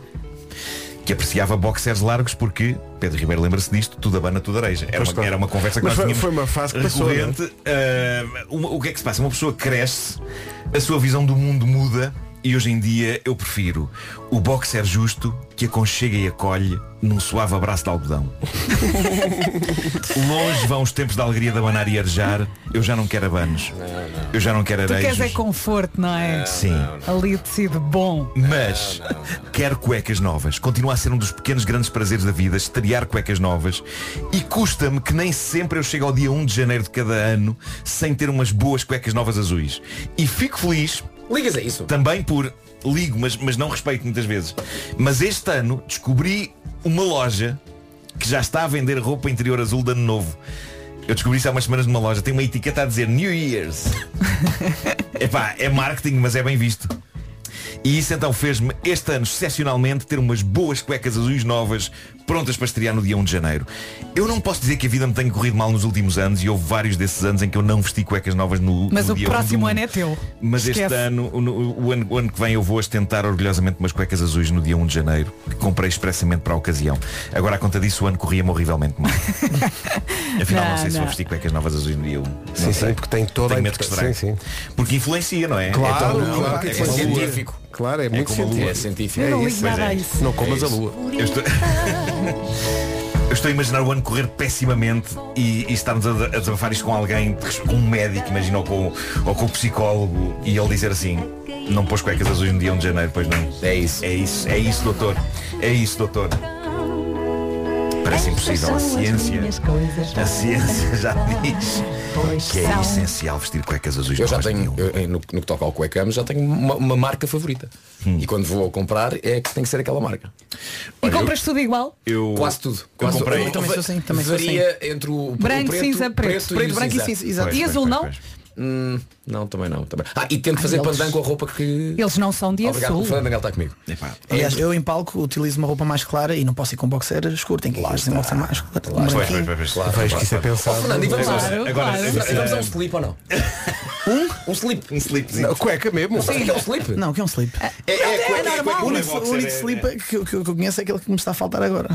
S8: que apreciava boxers largos porque, Pedro Ribeiro lembra-se disto, tudo abana, tudo areja. Era
S1: Pois
S8: uma,
S1: claro.
S8: era uma conversa que
S1: Mas
S8: nós
S1: foi-
S8: tínhamos
S1: foi uma fase que passou, é?
S8: recorrente. Ah, uma- o que é que se passa? Uma pessoa cresce, a sua visão do mundo muda e hoje em dia eu prefiro o boxer justo que aconchega e acolhe num suave abraço de algodão. Longe vão os tempos da alegria de abanar e arejar. Eu já não quero abanos. Eu já não quero
S3: Tu queres é
S8: arejos.
S3: conforto, não é?
S8: Sim.
S3: Ali o tecido bom.
S8: Mas quero cuecas novas. Continua a ser um dos pequenos grandes prazeres da vida, estrear cuecas novas. E custa-me que nem sempre eu chego ao dia 1 de janeiro de cada ano sem ter umas boas cuecas novas azuis. E fico feliz.
S12: Ligas a isso.
S8: Também por ligo, mas, mas não respeito muitas vezes. Mas este ano descobri uma loja que já está a vender roupa interior azul de ano novo. Eu descobri isso há umas semanas numa loja. Tem uma etiqueta a dizer New Year's. Epá, é marketing, mas é bem visto. E isso então fez-me, este ano, excepcionalmente, ter umas boas cuecas azuis novas prontas para estrear no dia 1 de janeiro. Eu não posso dizer que a vida me tenha corrido mal nos últimos anos e houve vários desses anos em que eu não vesti cuecas novas no,
S3: Mas
S8: no
S3: o
S8: dia 1
S3: próximo
S8: do-
S3: ano é teu.
S8: Mas
S3: Esquece.
S8: este ano o, o- o ano, o ano que vem eu vou ostentar orgulhosamente umas cuecas azuis no dia 1 de janeiro, que comprei expressamente para a ocasião. Agora, à conta disso, o ano corria-me horrivelmente mal. Afinal, não,
S1: Não,
S8: sei se vou
S1: não.
S8: vestir cuecas novas azuis no dia 1.
S1: Sim, sim, porque tem toda
S8: Tenho
S1: a
S8: medo que
S1: importância.
S8: estrague. Porque influencia, não é?
S1: Claro,
S8: é tão-
S1: claro,
S8: não,
S1: que Então, é
S8: como a lua.
S1: científico. Claro, é
S8: como
S1: muito
S8: a lua.
S1: científico. Eu não É ligo isso. nada a isso. Não comas a
S8: isso.
S1: lua.
S8: Eu estou... Eu estou a imaginar o ano correr pessimamente e, e estarmos a, a desabafar isto com alguém, com um médico, imagina, ou com, ou com um psicólogo, e ele dizer assim, não pôs cuecas azuis no dia 1 de janeiro, pois não. É isso. É isso, é isso, doutor. É isso, doutor. Parece É impossível. A ciência. tá A ciência já diz que é
S12: são.
S8: essencial vestir cuecas azuis.
S12: Eu já tenho, eu, no, no que toca ao cuecamos, já tenho uma, uma marca favorita.
S8: Hum.
S12: E quando vou comprar é que tem que ser aquela marca.
S3: E compras tudo igual?
S8: Eu...
S12: Quase tudo.
S9: Eu
S12: Quase
S9: comprei-
S12: tudo.
S9: Também sou assim, também sou
S12: Varia
S9: assim.
S12: entre o, o
S3: Branco,
S12: preto,
S3: cinza, preto.
S12: e
S3: Preto,
S12: o
S3: branco e
S12: cinza.
S3: cinza, exato. Pois, E pois, azul pois, não? pois.
S12: Hum, não, também não. Também. Ah, e tento
S3: Ai,
S12: fazer
S3: eles-
S12: pandan com a roupa que...
S3: Eles não são de
S12: Obrigado, o
S3: azul.
S12: Fernando Daniel está comigo.
S9: Aliás, eu em palco utilizo uma roupa mais clara e não posso ir com boxer escuro, tenho que ir com uma roupa mais clara. um
S8: Pois,
S9: branquinho.
S8: pois, pois,
S12: Claro,
S1: Vejo que isso é
S12: Ó,
S1: pensado.
S12: Fernando, e vamos,
S1: Agora-
S12: agora,
S1: agora-
S12: Fernando, e vamos a um
S1: Sim.
S12: slip ou não? Um? Um slip. Um slip.
S1: Cueca mesmo.
S12: Não sei o que é um slip.
S9: Não, o que é um slip.
S12: É, é, é,
S9: normal.
S12: cueca,
S9: O único,
S12: não é
S9: o
S12: boxer,
S9: único
S12: é-
S9: slip que, que eu conheço é aquele que me está a faltar agora.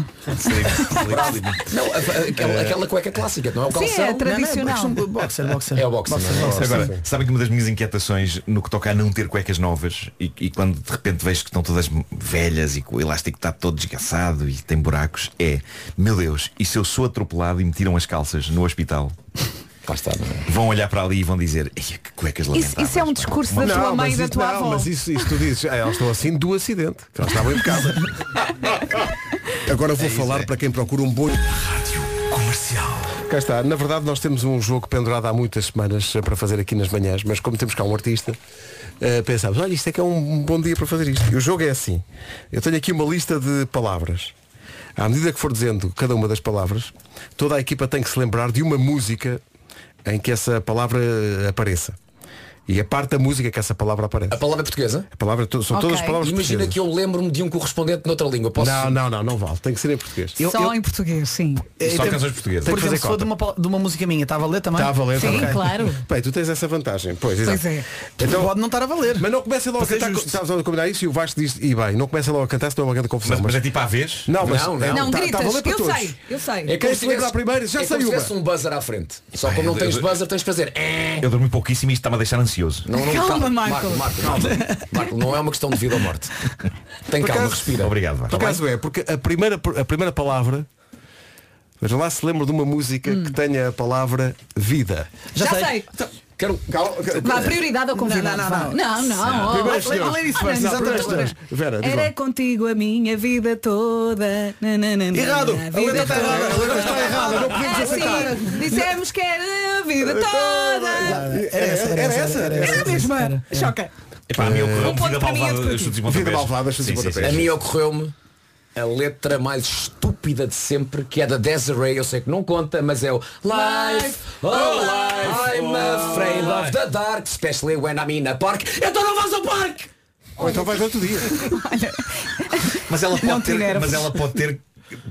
S9: é,
S12: Não, a- a- aquela, aquela cueca clássica, não é o
S9: Sim,
S12: calção.
S9: é tradicional.
S12: Não, não, é
S9: boxer, boxer.
S12: É o boxer.
S9: Boxer,
S12: não é?
S9: boxer.
S8: Agora, sabem que uma das minhas inquietações no que toca a não ter cuecas novas e, e quando de repente vejo que estão todas velhas e que o elástico está todo desgraçado e tem buracos é, meu Deus, e se eu sou atropelado e me tiram as calças no hospital?
S4: Lá está, não é?
S8: Vão olhar para ali e vão dizer, "Ei, que cuecas
S3: Isso,
S8: lamentáveis.
S3: isso é um discurso da
S8: tá, Não,
S3: tua mãe
S1: mas
S3: e da
S1: isso-
S3: tua
S1: não,
S3: avó.
S1: mas isso, isso tu dizes, "Ah, elas estão assim do acidente, que elas estavam em casa. Agora vou falar para quem procura um boi.
S8: Comercial.
S1: Cá está, na verdade nós temos um jogo pendurado há muitas semanas eh, para fazer aqui nas manhãs, mas como temos cá um artista, eh, pensámos, olha, isto é que é um bom dia para fazer isto. E o jogo é assim, eu tenho aqui uma lista de palavras. À medida que for dizendo cada uma das palavras, toda a equipa tem que se lembrar de uma música em que essa palavra eh, apareça. E a parte da música que essa palavra aparece. A
S4: palavra é portuguesa?
S1: A palavra, to- são todas
S4: Ok.
S1: as palavras
S4: Imagina
S1: portuguesas.
S4: que eu lembro-me de um correspondente noutra língua. Posso...
S1: Não, não, não, não vale. Tem que ser em português.
S3: Só em português, sim.
S1: Só canções portuguesas. Tem
S9: Por
S1: que fazer
S9: exemplo, se for
S1: cota.
S9: de uma, pal- de uma música minha, está a valer também?
S1: Está a valer
S9: Sim,
S1: também.
S9: claro.
S1: Bem, tu tens essa vantagem. Pois,
S9: Pois
S1: exato.
S9: é.
S1: Então,
S9: pode não estar a valer.
S1: Mas é não comece logo a
S9: Para ser
S1: cantar.
S9: justo.
S1: Estás a combinar isso e o Vasco diz, e bem, não comece logo a cantar, senão é uma grande confusão.
S8: Mas- mas é tipo à vez?
S1: Não, mas
S4: Não, não.
S1: tá-
S4: Não,
S1: tá a
S4: gritas,
S1: valer para
S4: eu
S1: todos.
S4: sei, eu sei.
S1: É como se tivesse à primeira, já
S4: é
S1: saiu.
S4: como se tivesse um buzzer à frente. Só
S8: Epá,
S4: como não
S8: eu-
S4: tens
S8: eu-
S4: buzzer, tens de fazer. "Eh".
S8: Eu dormi pouquíssimo e isto está-me a deixar ansioso.
S4: Não, não,
S8: Calma,
S4: calma,
S8: Marco.
S4: Marco, Marco, calma. Marco, não é uma questão de vida ou morte. Tem
S1: Por
S4: calma,
S1: acaso-
S4: respira.
S8: Obrigado,
S1: Por acaso é, porque a primeira, a primeira palavra, veja lá se lembro de uma música
S4: Hum.
S1: que tenha a palavra vida.
S3: Já, sei.
S4: Quero.
S3: Vá, prioridade ao convidado.
S1: Não,
S3: vá.
S1: não, não.
S3: não. não, oh.
S1: Primeiro
S3: Ah,
S1: os senhores.
S3: lê- lê isso,
S1: Ah,
S3: Vasco.
S1: não,
S3: Exatamente.
S1: primeiro os senhores. Vera, diz lá.
S3: Era contigo a minha vida toda. Na, na, na, na,
S1: Errado.
S3: na,
S1: A
S3: vida
S1: letra está
S3: toda.
S1: errada. A letra está errada. Não podemos
S3: É assim,
S1: aceitar. Então,
S3: Dissemos que era a vida toda.
S1: Era essa, era essa.
S3: Era a mesma. Choca.
S8: Epá, a mim é
S1: Eh,
S8: ocorreu
S4: Um ponto
S8: vida
S4: para mim, outro
S8: malvada,
S4: para ti.
S8: chutes e pontapés.
S4: Vida malvada,
S8: Sim, sim, sim.
S4: A mim ocorreu-me a letra mais estúpida de sempre, que é da Desiree, eu sei que não conta, mas é o Life, oh life, I'm afraid of the dark, especially when I'm in a park. Então não vais ao parque!
S1: Ou então vais outro dia.
S8: Mas ela
S4: Não
S8: pode
S4: te
S8: ter,
S4: enerves.
S8: mas ela pode ter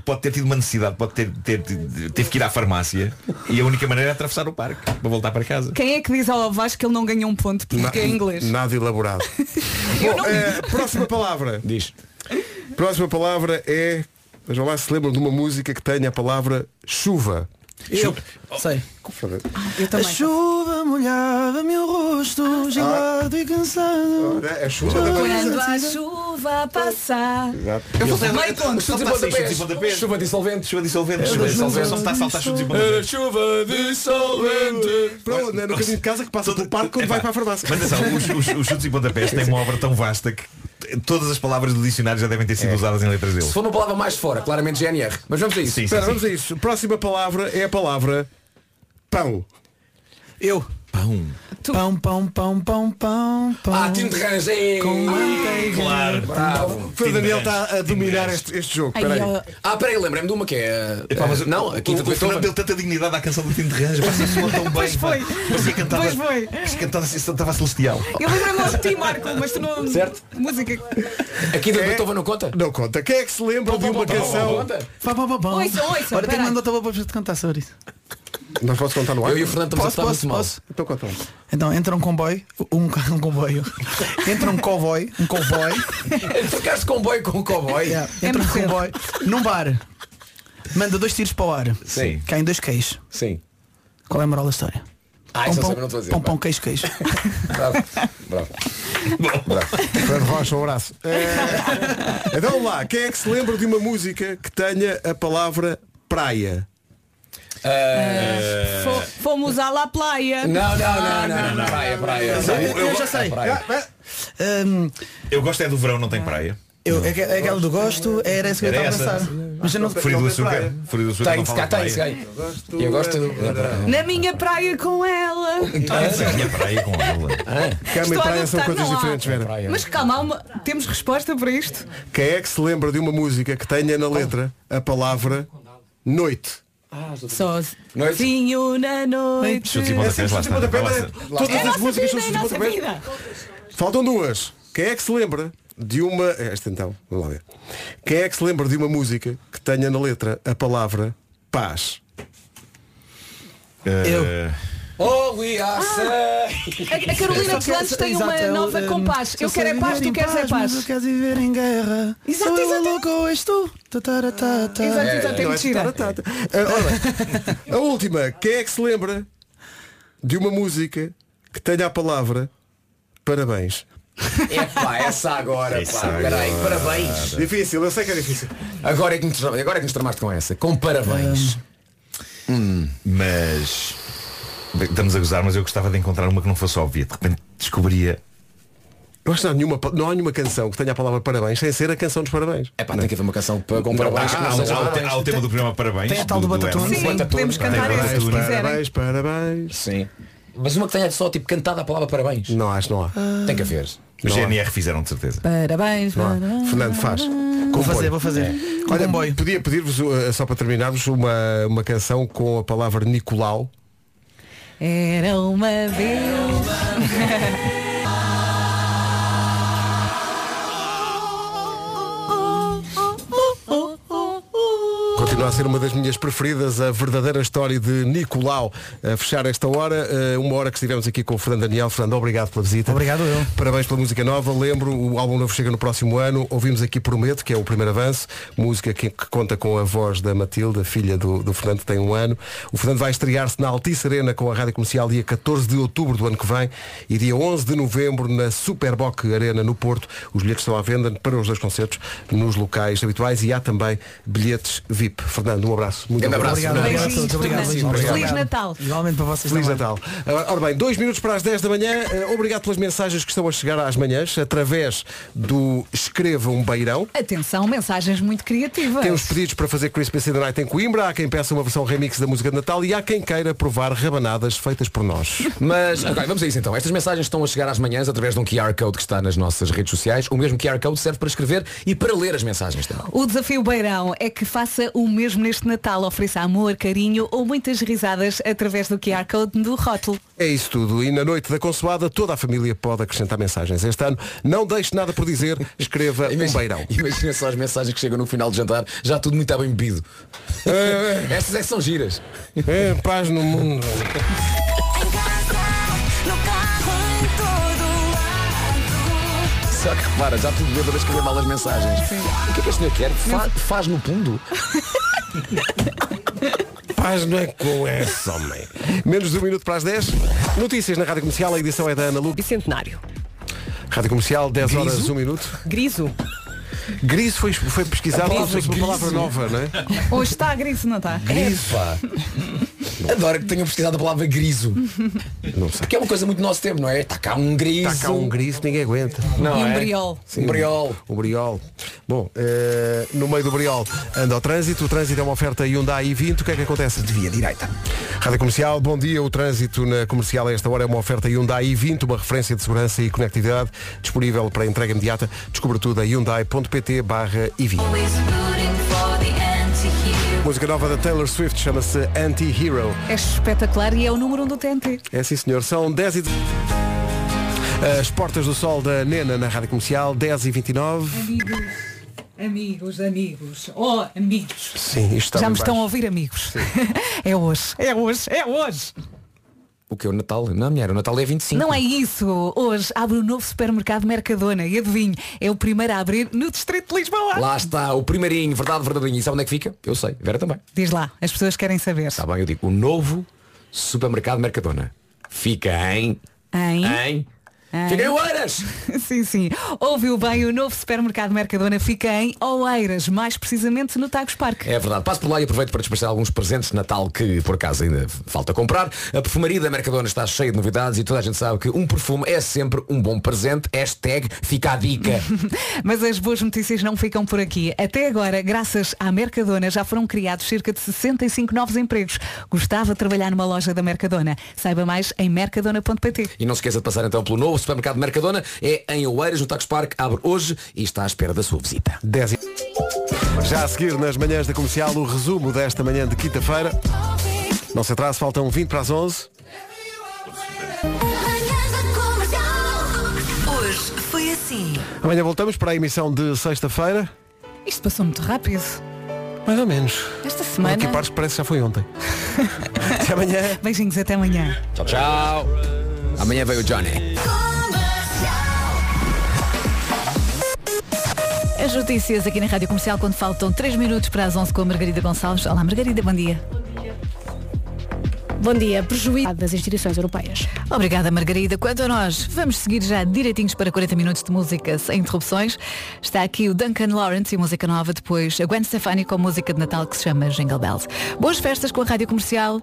S8: pode ter tido uma necessidade, pode ter, ter- ter- teve que ir à farmácia e a única maneira é atravessar o parque para voltar para casa.
S3: Quem é que diz ao Vasco que ele não ganhou um ponto porque é inglês?
S1: Nada elaborado. Bom, eh, próxima palavra.
S4: Diz.
S1: Próxima palavra é. Vejam lá se lembram de uma música que tenha a palavra chuva.
S9: Eu sei. Ah,
S3: Eu também.
S9: A chuva molhava meu rosto, gelado e cansado.
S1: Ah. É chuva.
S3: Quando a chuva passar.
S8: Eu vou
S3: Meio
S8: dizer-
S3: ponto.
S8: Chutes e pontapés. Chuva
S4: dissolvente.
S8: Chuva dissolvente.
S4: Chuva
S8: Chuva dissolvente. Só me está a saltar chutes e pontapés.
S4: chuva dissolvente.
S1: Pronto, é no caminho de casa que passa pelo parque quando vai para a farmácia.
S8: Mas atenção, os, os, os chutes e pontapés têm uma obra tão vasta que t- todas as palavras do dicionário já devem ter sido usadas em letras dele.
S4: Se for uma palavra mais fora, claramente GNR. Mas vamos a é isso. assim.
S8: Sim, sim,
S1: Espera,
S8: sim.
S1: vamos a isso. Próxima palavra é a palavra pão.
S9: Eu.
S8: Pão.
S9: Pão, pão, pão, pão, pão, pão.
S4: Ah, time de rãs, é.
S9: Com manteiga.
S8: Claro.
S1: Bravo. O Daniel está a dominar este, este jogo.
S3: Ai,
S1: Espera aí.
S3: ó.
S4: Ah, peraí, lembrei-me de uma que é.
S8: Epá, mas
S4: eh, não, a quinta
S8: o, o
S4: de
S8: Fernando deu tanta dignidade à canção do Tim de Ranja, passa soa é tão bem.
S3: Pois foi.
S8: pá. Parecia que cantava,
S3: Pois foi.
S8: parecia que cantava, cantava celestial.
S3: Eu lembro-me logo de ti, Marco, mas tu não.
S4: Certo?
S3: Música.
S4: A quinta de Beethoven não conta?
S1: é Não conta. Quem é que se lembra de uma canção?
S9: Pá, pá, pá, pá.
S3: Ouçam, ouçam,
S9: Olha, tenho
S3: peraí.
S9: mandado a tua para te cantar sobre isso.
S1: Nós posso contar no ar?
S4: Eu e o Fernando estamos a
S9: Posso,
S4: estar muito
S9: posso,
S4: mal.
S9: posso?
S1: Então conta.
S9: Então entra um comboio, um, um comboio, entra um cowboy, um cowboy,
S4: Trocaste comboio com cowboy.
S9: yeah, entra um
S3: muito cedo.
S9: comboio, num bar, manda dois tiros para o ar,
S4: Sim.
S9: caem dois queijos.
S4: Sim.
S9: Qual é a moral da história?
S4: Ah,
S9: pão,
S4: isso eu
S9: pão,
S4: sempre não te vou dizer.
S9: pão,
S4: pá.
S9: pão, queijo, queijo.
S4: Bravo. Bravo.
S1: Fred Rocha, um abraço. É... Então vamos lá, quem é que se lembra de uma música que tenha a palavra praia? É.
S3: Fo- Fomos à La Playa.
S4: Não, não, não, não, não. Praia, praia.
S8: Eu, eu-
S4: Praia.
S9: Hum,
S8: eu gosto é do verão, não tem praia.
S9: eu, é, que- é aquela do gosto, era essa que eu
S8: Era
S9: estava a pensar.
S8: essa.
S9: Mas eu não
S8: Frio do açúcar. Frio do açúcar.
S4: Tem,
S8: não
S4: se Tá
S8: fala
S4: cá
S8: de
S4: tem, se cá.
S8: praia.
S4: Eu gosto da praia.
S3: Na minha praia com ela.
S4: então.
S8: Ah, essa é a minha praia com
S4: Ah,
S8: ela.
S1: Cama
S3: Estou
S1: e
S3: a
S1: praia são
S3: adaptar,
S1: coisas
S3: não há.
S1: diferentes, Vera.
S3: Mas calma, há uma... temos resposta para isto?
S1: Quem é que se lembra de uma música que tenha na letra a palavra noite?
S3: Sozinho na noite.
S4: é
S8: Chutes e pontapés, lá está. Vai lá ser.
S3: É a
S1: Todas as
S3: nossa
S1: músicas são
S3: vida, é a
S1: de
S3: nossa
S1: pontapés.
S3: vida.
S1: Faltam duas. Quem é que se lembra de uma. Esta então, vamos lá ver. Quem é que se lembra de uma música que tenha na letra a palavra paz?
S8: Eh,
S4: Oh, we are
S3: A, a Carolina dos Landes tem uma nova com paz. Eu quero é paz, tu queres é paz.
S9: Eu quero viver em guerra.
S3: Exato,
S9: Sou eu
S3: exato.
S9: louco ou és tu? Tataratata.
S3: Exato, exato, é
S1: Não é
S3: mentira.
S1: taratata. Ah, ora, a última. Quem é que se lembra de uma música que tenha a palavra parabéns?
S4: Epá, essa agora,
S8: Essa
S4: pá. Peraí,
S8: agora.
S4: parabéns.
S1: Difícil, eu sei que é difícil.
S4: Agora é que nos, tra- agora é que nos tramaste com essa. Com parabéns.
S8: mas Estamos a gozar, mas eu gostava de encontrar uma que não fosse óbvia. De repente descobria.
S4: Ah,
S1: Eu acho que não há, nenhuma, pa- não há nenhuma canção que tenha a palavra parabéns sem ser a canção dos parabéns.
S4: É pá, tem que haver uma canção para Ah,
S8: com parabéns, que não seja parabéns.
S4: Tem a tal do Batatune. Sim,
S3: é
S4: podemos cantar essa, se quiserem.
S1: Parabéns, parabéns.
S4: Sim. Mas uma que tenha só tipo cantada a palavra parabéns.
S1: Não, acho não há.
S4: Tem que haver.
S8: Os GNR fizeram, de certeza.
S3: Parabéns,
S1: Não há.
S3: parabéns.
S1: Fernando faz. Compõe.
S13: fazer, vou fazer.
S1: Olha, podia pedir-vos, uh, só para terminarmos, uma, uma canção com a palavra Nicolau.
S3: Era uma vez.
S1: Continua a ser uma das minhas preferidas, a verdadeira história de Nicolau. A fechar esta hora, eh, uma hora que estivemos aqui com o Fernando Daniel. Fernando, obrigado pela visita.
S13: Obrigado eu.
S1: Parabéns pela música nova. Lembro, o álbum novo chega no próximo ano. Ouvimos aqui Prometo, que é o primeiro avanço. Música que, que conta com a voz da Matilda, filha do, do Fernando, que tem um ano. O Fernando vai estrear-se na Altice Arena com a Rádio Comercial dia 14 de outubro do ano que vem e dia 11 de novembro na Superboc Arena no Porto. Os bilhetes estão à venda para os dois concertos nos locais habituais e há também bilhetes VIP. Fernando, um abraço. Muito
S4: Grande abraço.
S13: Obrigado, obrigado a todos. Obrigado.
S1: Obrigado.
S3: Feliz Natal.
S13: Igualmente para vocês
S1: Feliz
S13: também.
S1: Natal. Ora ora bem, dois minutos para as 10 da manhã. Eh, Obrigado pelas mensagens que estão a chegar às manhãs através do Escreva um Beirão.
S3: Atenção, mensagens muito criativas.
S1: Temos pedidos para fazer Christmas in the Night em Coimbra. Há quem peça uma versão remix da música de Natal e há quem queira provar rabanadas feitas por nós.
S14: Mas,
S4: ok, vamos a isso então. Estas mensagens estão a chegar às manhãs através de um QR Code que está nas nossas redes sociais. O mesmo QR Code serve para escrever e para ler as mensagens também.
S3: O desafio Beirão é que faça o mesmo neste Natal. Ofereça amor, carinho ou muitas risadas através do QR Code do rótulo.
S1: É isso tudo. E na noite da consoada, toda a família pode acrescentar mensagens. Este ano, não deixe nada por dizer, escreva um beirão.
S4: Imagina só as mensagens que chegam no final de jantar, já tudo muito bem bebido. Estas é que são giras.
S1: É, paz no mundo.
S4: Só que repara, já tudo bem, mas escrever mal as mensagens. O que é que este senhor quer? Fa- faz no fundo.
S1: Paz não é com essa, homem. Menos de um minuto para as 10. Notícias na Rádio Comercial, a edição é da Ana Lu.
S15: Bicentenário.
S1: Rádio Comercial, 10
S15: Griso?
S1: horas, 1 minuto.
S15: Griso.
S1: Griso foi, foi pesquisado como
S3: A palavra
S1: se fosse uma
S3: griso.
S1: palavra nova, não é?
S3: Hoje está griso, não está?
S4: É Pá. Adoro que tenham pesquisado a palavra griso.
S1: Não sei.
S4: Porque é uma coisa muito do nosso tempo, não é? Está cá um griso.
S1: Está cá um griso, ninguém aguenta.
S4: Não E um é? briol.
S1: Sim,
S4: Um briol.
S1: Um briol. Bom, eh, no meio do briol anda o trânsito. O trânsito é uma oferta Hyundai i20. O que é que acontece? De via direita. Rádio Comercial, bom dia. O trânsito na comercial a esta hora é uma oferta Hyundai i20, uma referência de segurança e conectividade disponível para entrega imediata. Descubra tudo a hyundai.pt barra i20. Música nova da Taylor Swift chama-se Anti-Hero.
S3: É espetacular e é o número 1 um do TNT.
S1: É sim senhor, são 10 e... As portas do sol da Nena na Rádio Comercial, 10 e 29
S3: Amigos, amigos, amigos. Oh, amigos.
S1: Sim, isto está
S3: Já
S1: bem
S3: me estão a
S1: baixo.
S3: ouvir, amigos. é hoje, é hoje, é hoje.
S4: O que é o Natal? Não, mulher, o Natal é 25.
S3: Não é isso. Hoje abre o novo supermercado Mercadona. E adivinhe, é o primeiro a abrir no Distrito de Lisboa.
S4: Lá está, o primeirinho, verdade, verdadeirinho. E sabe onde é que fica? Eu sei, Vera também.
S3: Diz lá, as pessoas querem saber.
S4: Está bem, eu digo, o novo supermercado Mercadona fica em...
S3: Hein?
S4: Em...
S3: Hein?
S4: Fica em Oeiras!
S3: sim, sim. Ouviu bem, o novo supermercado Mercadona fica em Oeiras, mais precisamente no Tagos Parque.
S4: É verdade. Passo por lá e aproveito para despachar alguns presentes de Natal que, por acaso, ainda falta comprar. A perfumaria da Mercadona está cheia de novidades e toda a gente sabe que um perfume é sempre um bom presente. Hashtag fica a dica.
S3: Mas as boas notícias não ficam por aqui. Até agora, graças à Mercadona, já foram criados cerca de 65 novos empregos. Gostava de trabalhar numa loja da Mercadona. Saiba mais em mercadona.pt.
S4: E não se esqueça de passar então pelo novo supermercado Mercadona. É em Oeiras, no Tacos Parque. Abre hoje e está à espera da sua visita.
S1: 10 e... Já a seguir nas manhãs da comercial o resumo desta manhã de quinta-feira. Não se atrase, faltam 20 para as 11.
S7: Hoje foi assim.
S1: Amanhã voltamos para a emissão de sexta-feira.
S3: Isto passou muito rápido.
S1: Mais ou menos.
S3: Esta semana.
S1: Aqui partes parece que já foi ontem. até amanhã.
S3: Beijinhos, até amanhã.
S4: Tchau, tchau. Amanhã veio o Johnny.
S15: As notícias aqui na Rádio Comercial quando faltam 3 minutos para as 11 com a Margarida Gonçalves. Olá Margarida, bom dia.
S16: Bom dia, prejuízo das instituições europeias.
S15: Obrigada Margarida. Quanto a nós, vamos seguir já direitinhos para 40 minutos de música sem interrupções. Está aqui o Duncan Lawrence e música nova, depois a Gwen Stefani com música de Natal que se chama Jingle Bells. Boas festas com a Rádio Comercial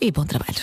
S15: e bom trabalho.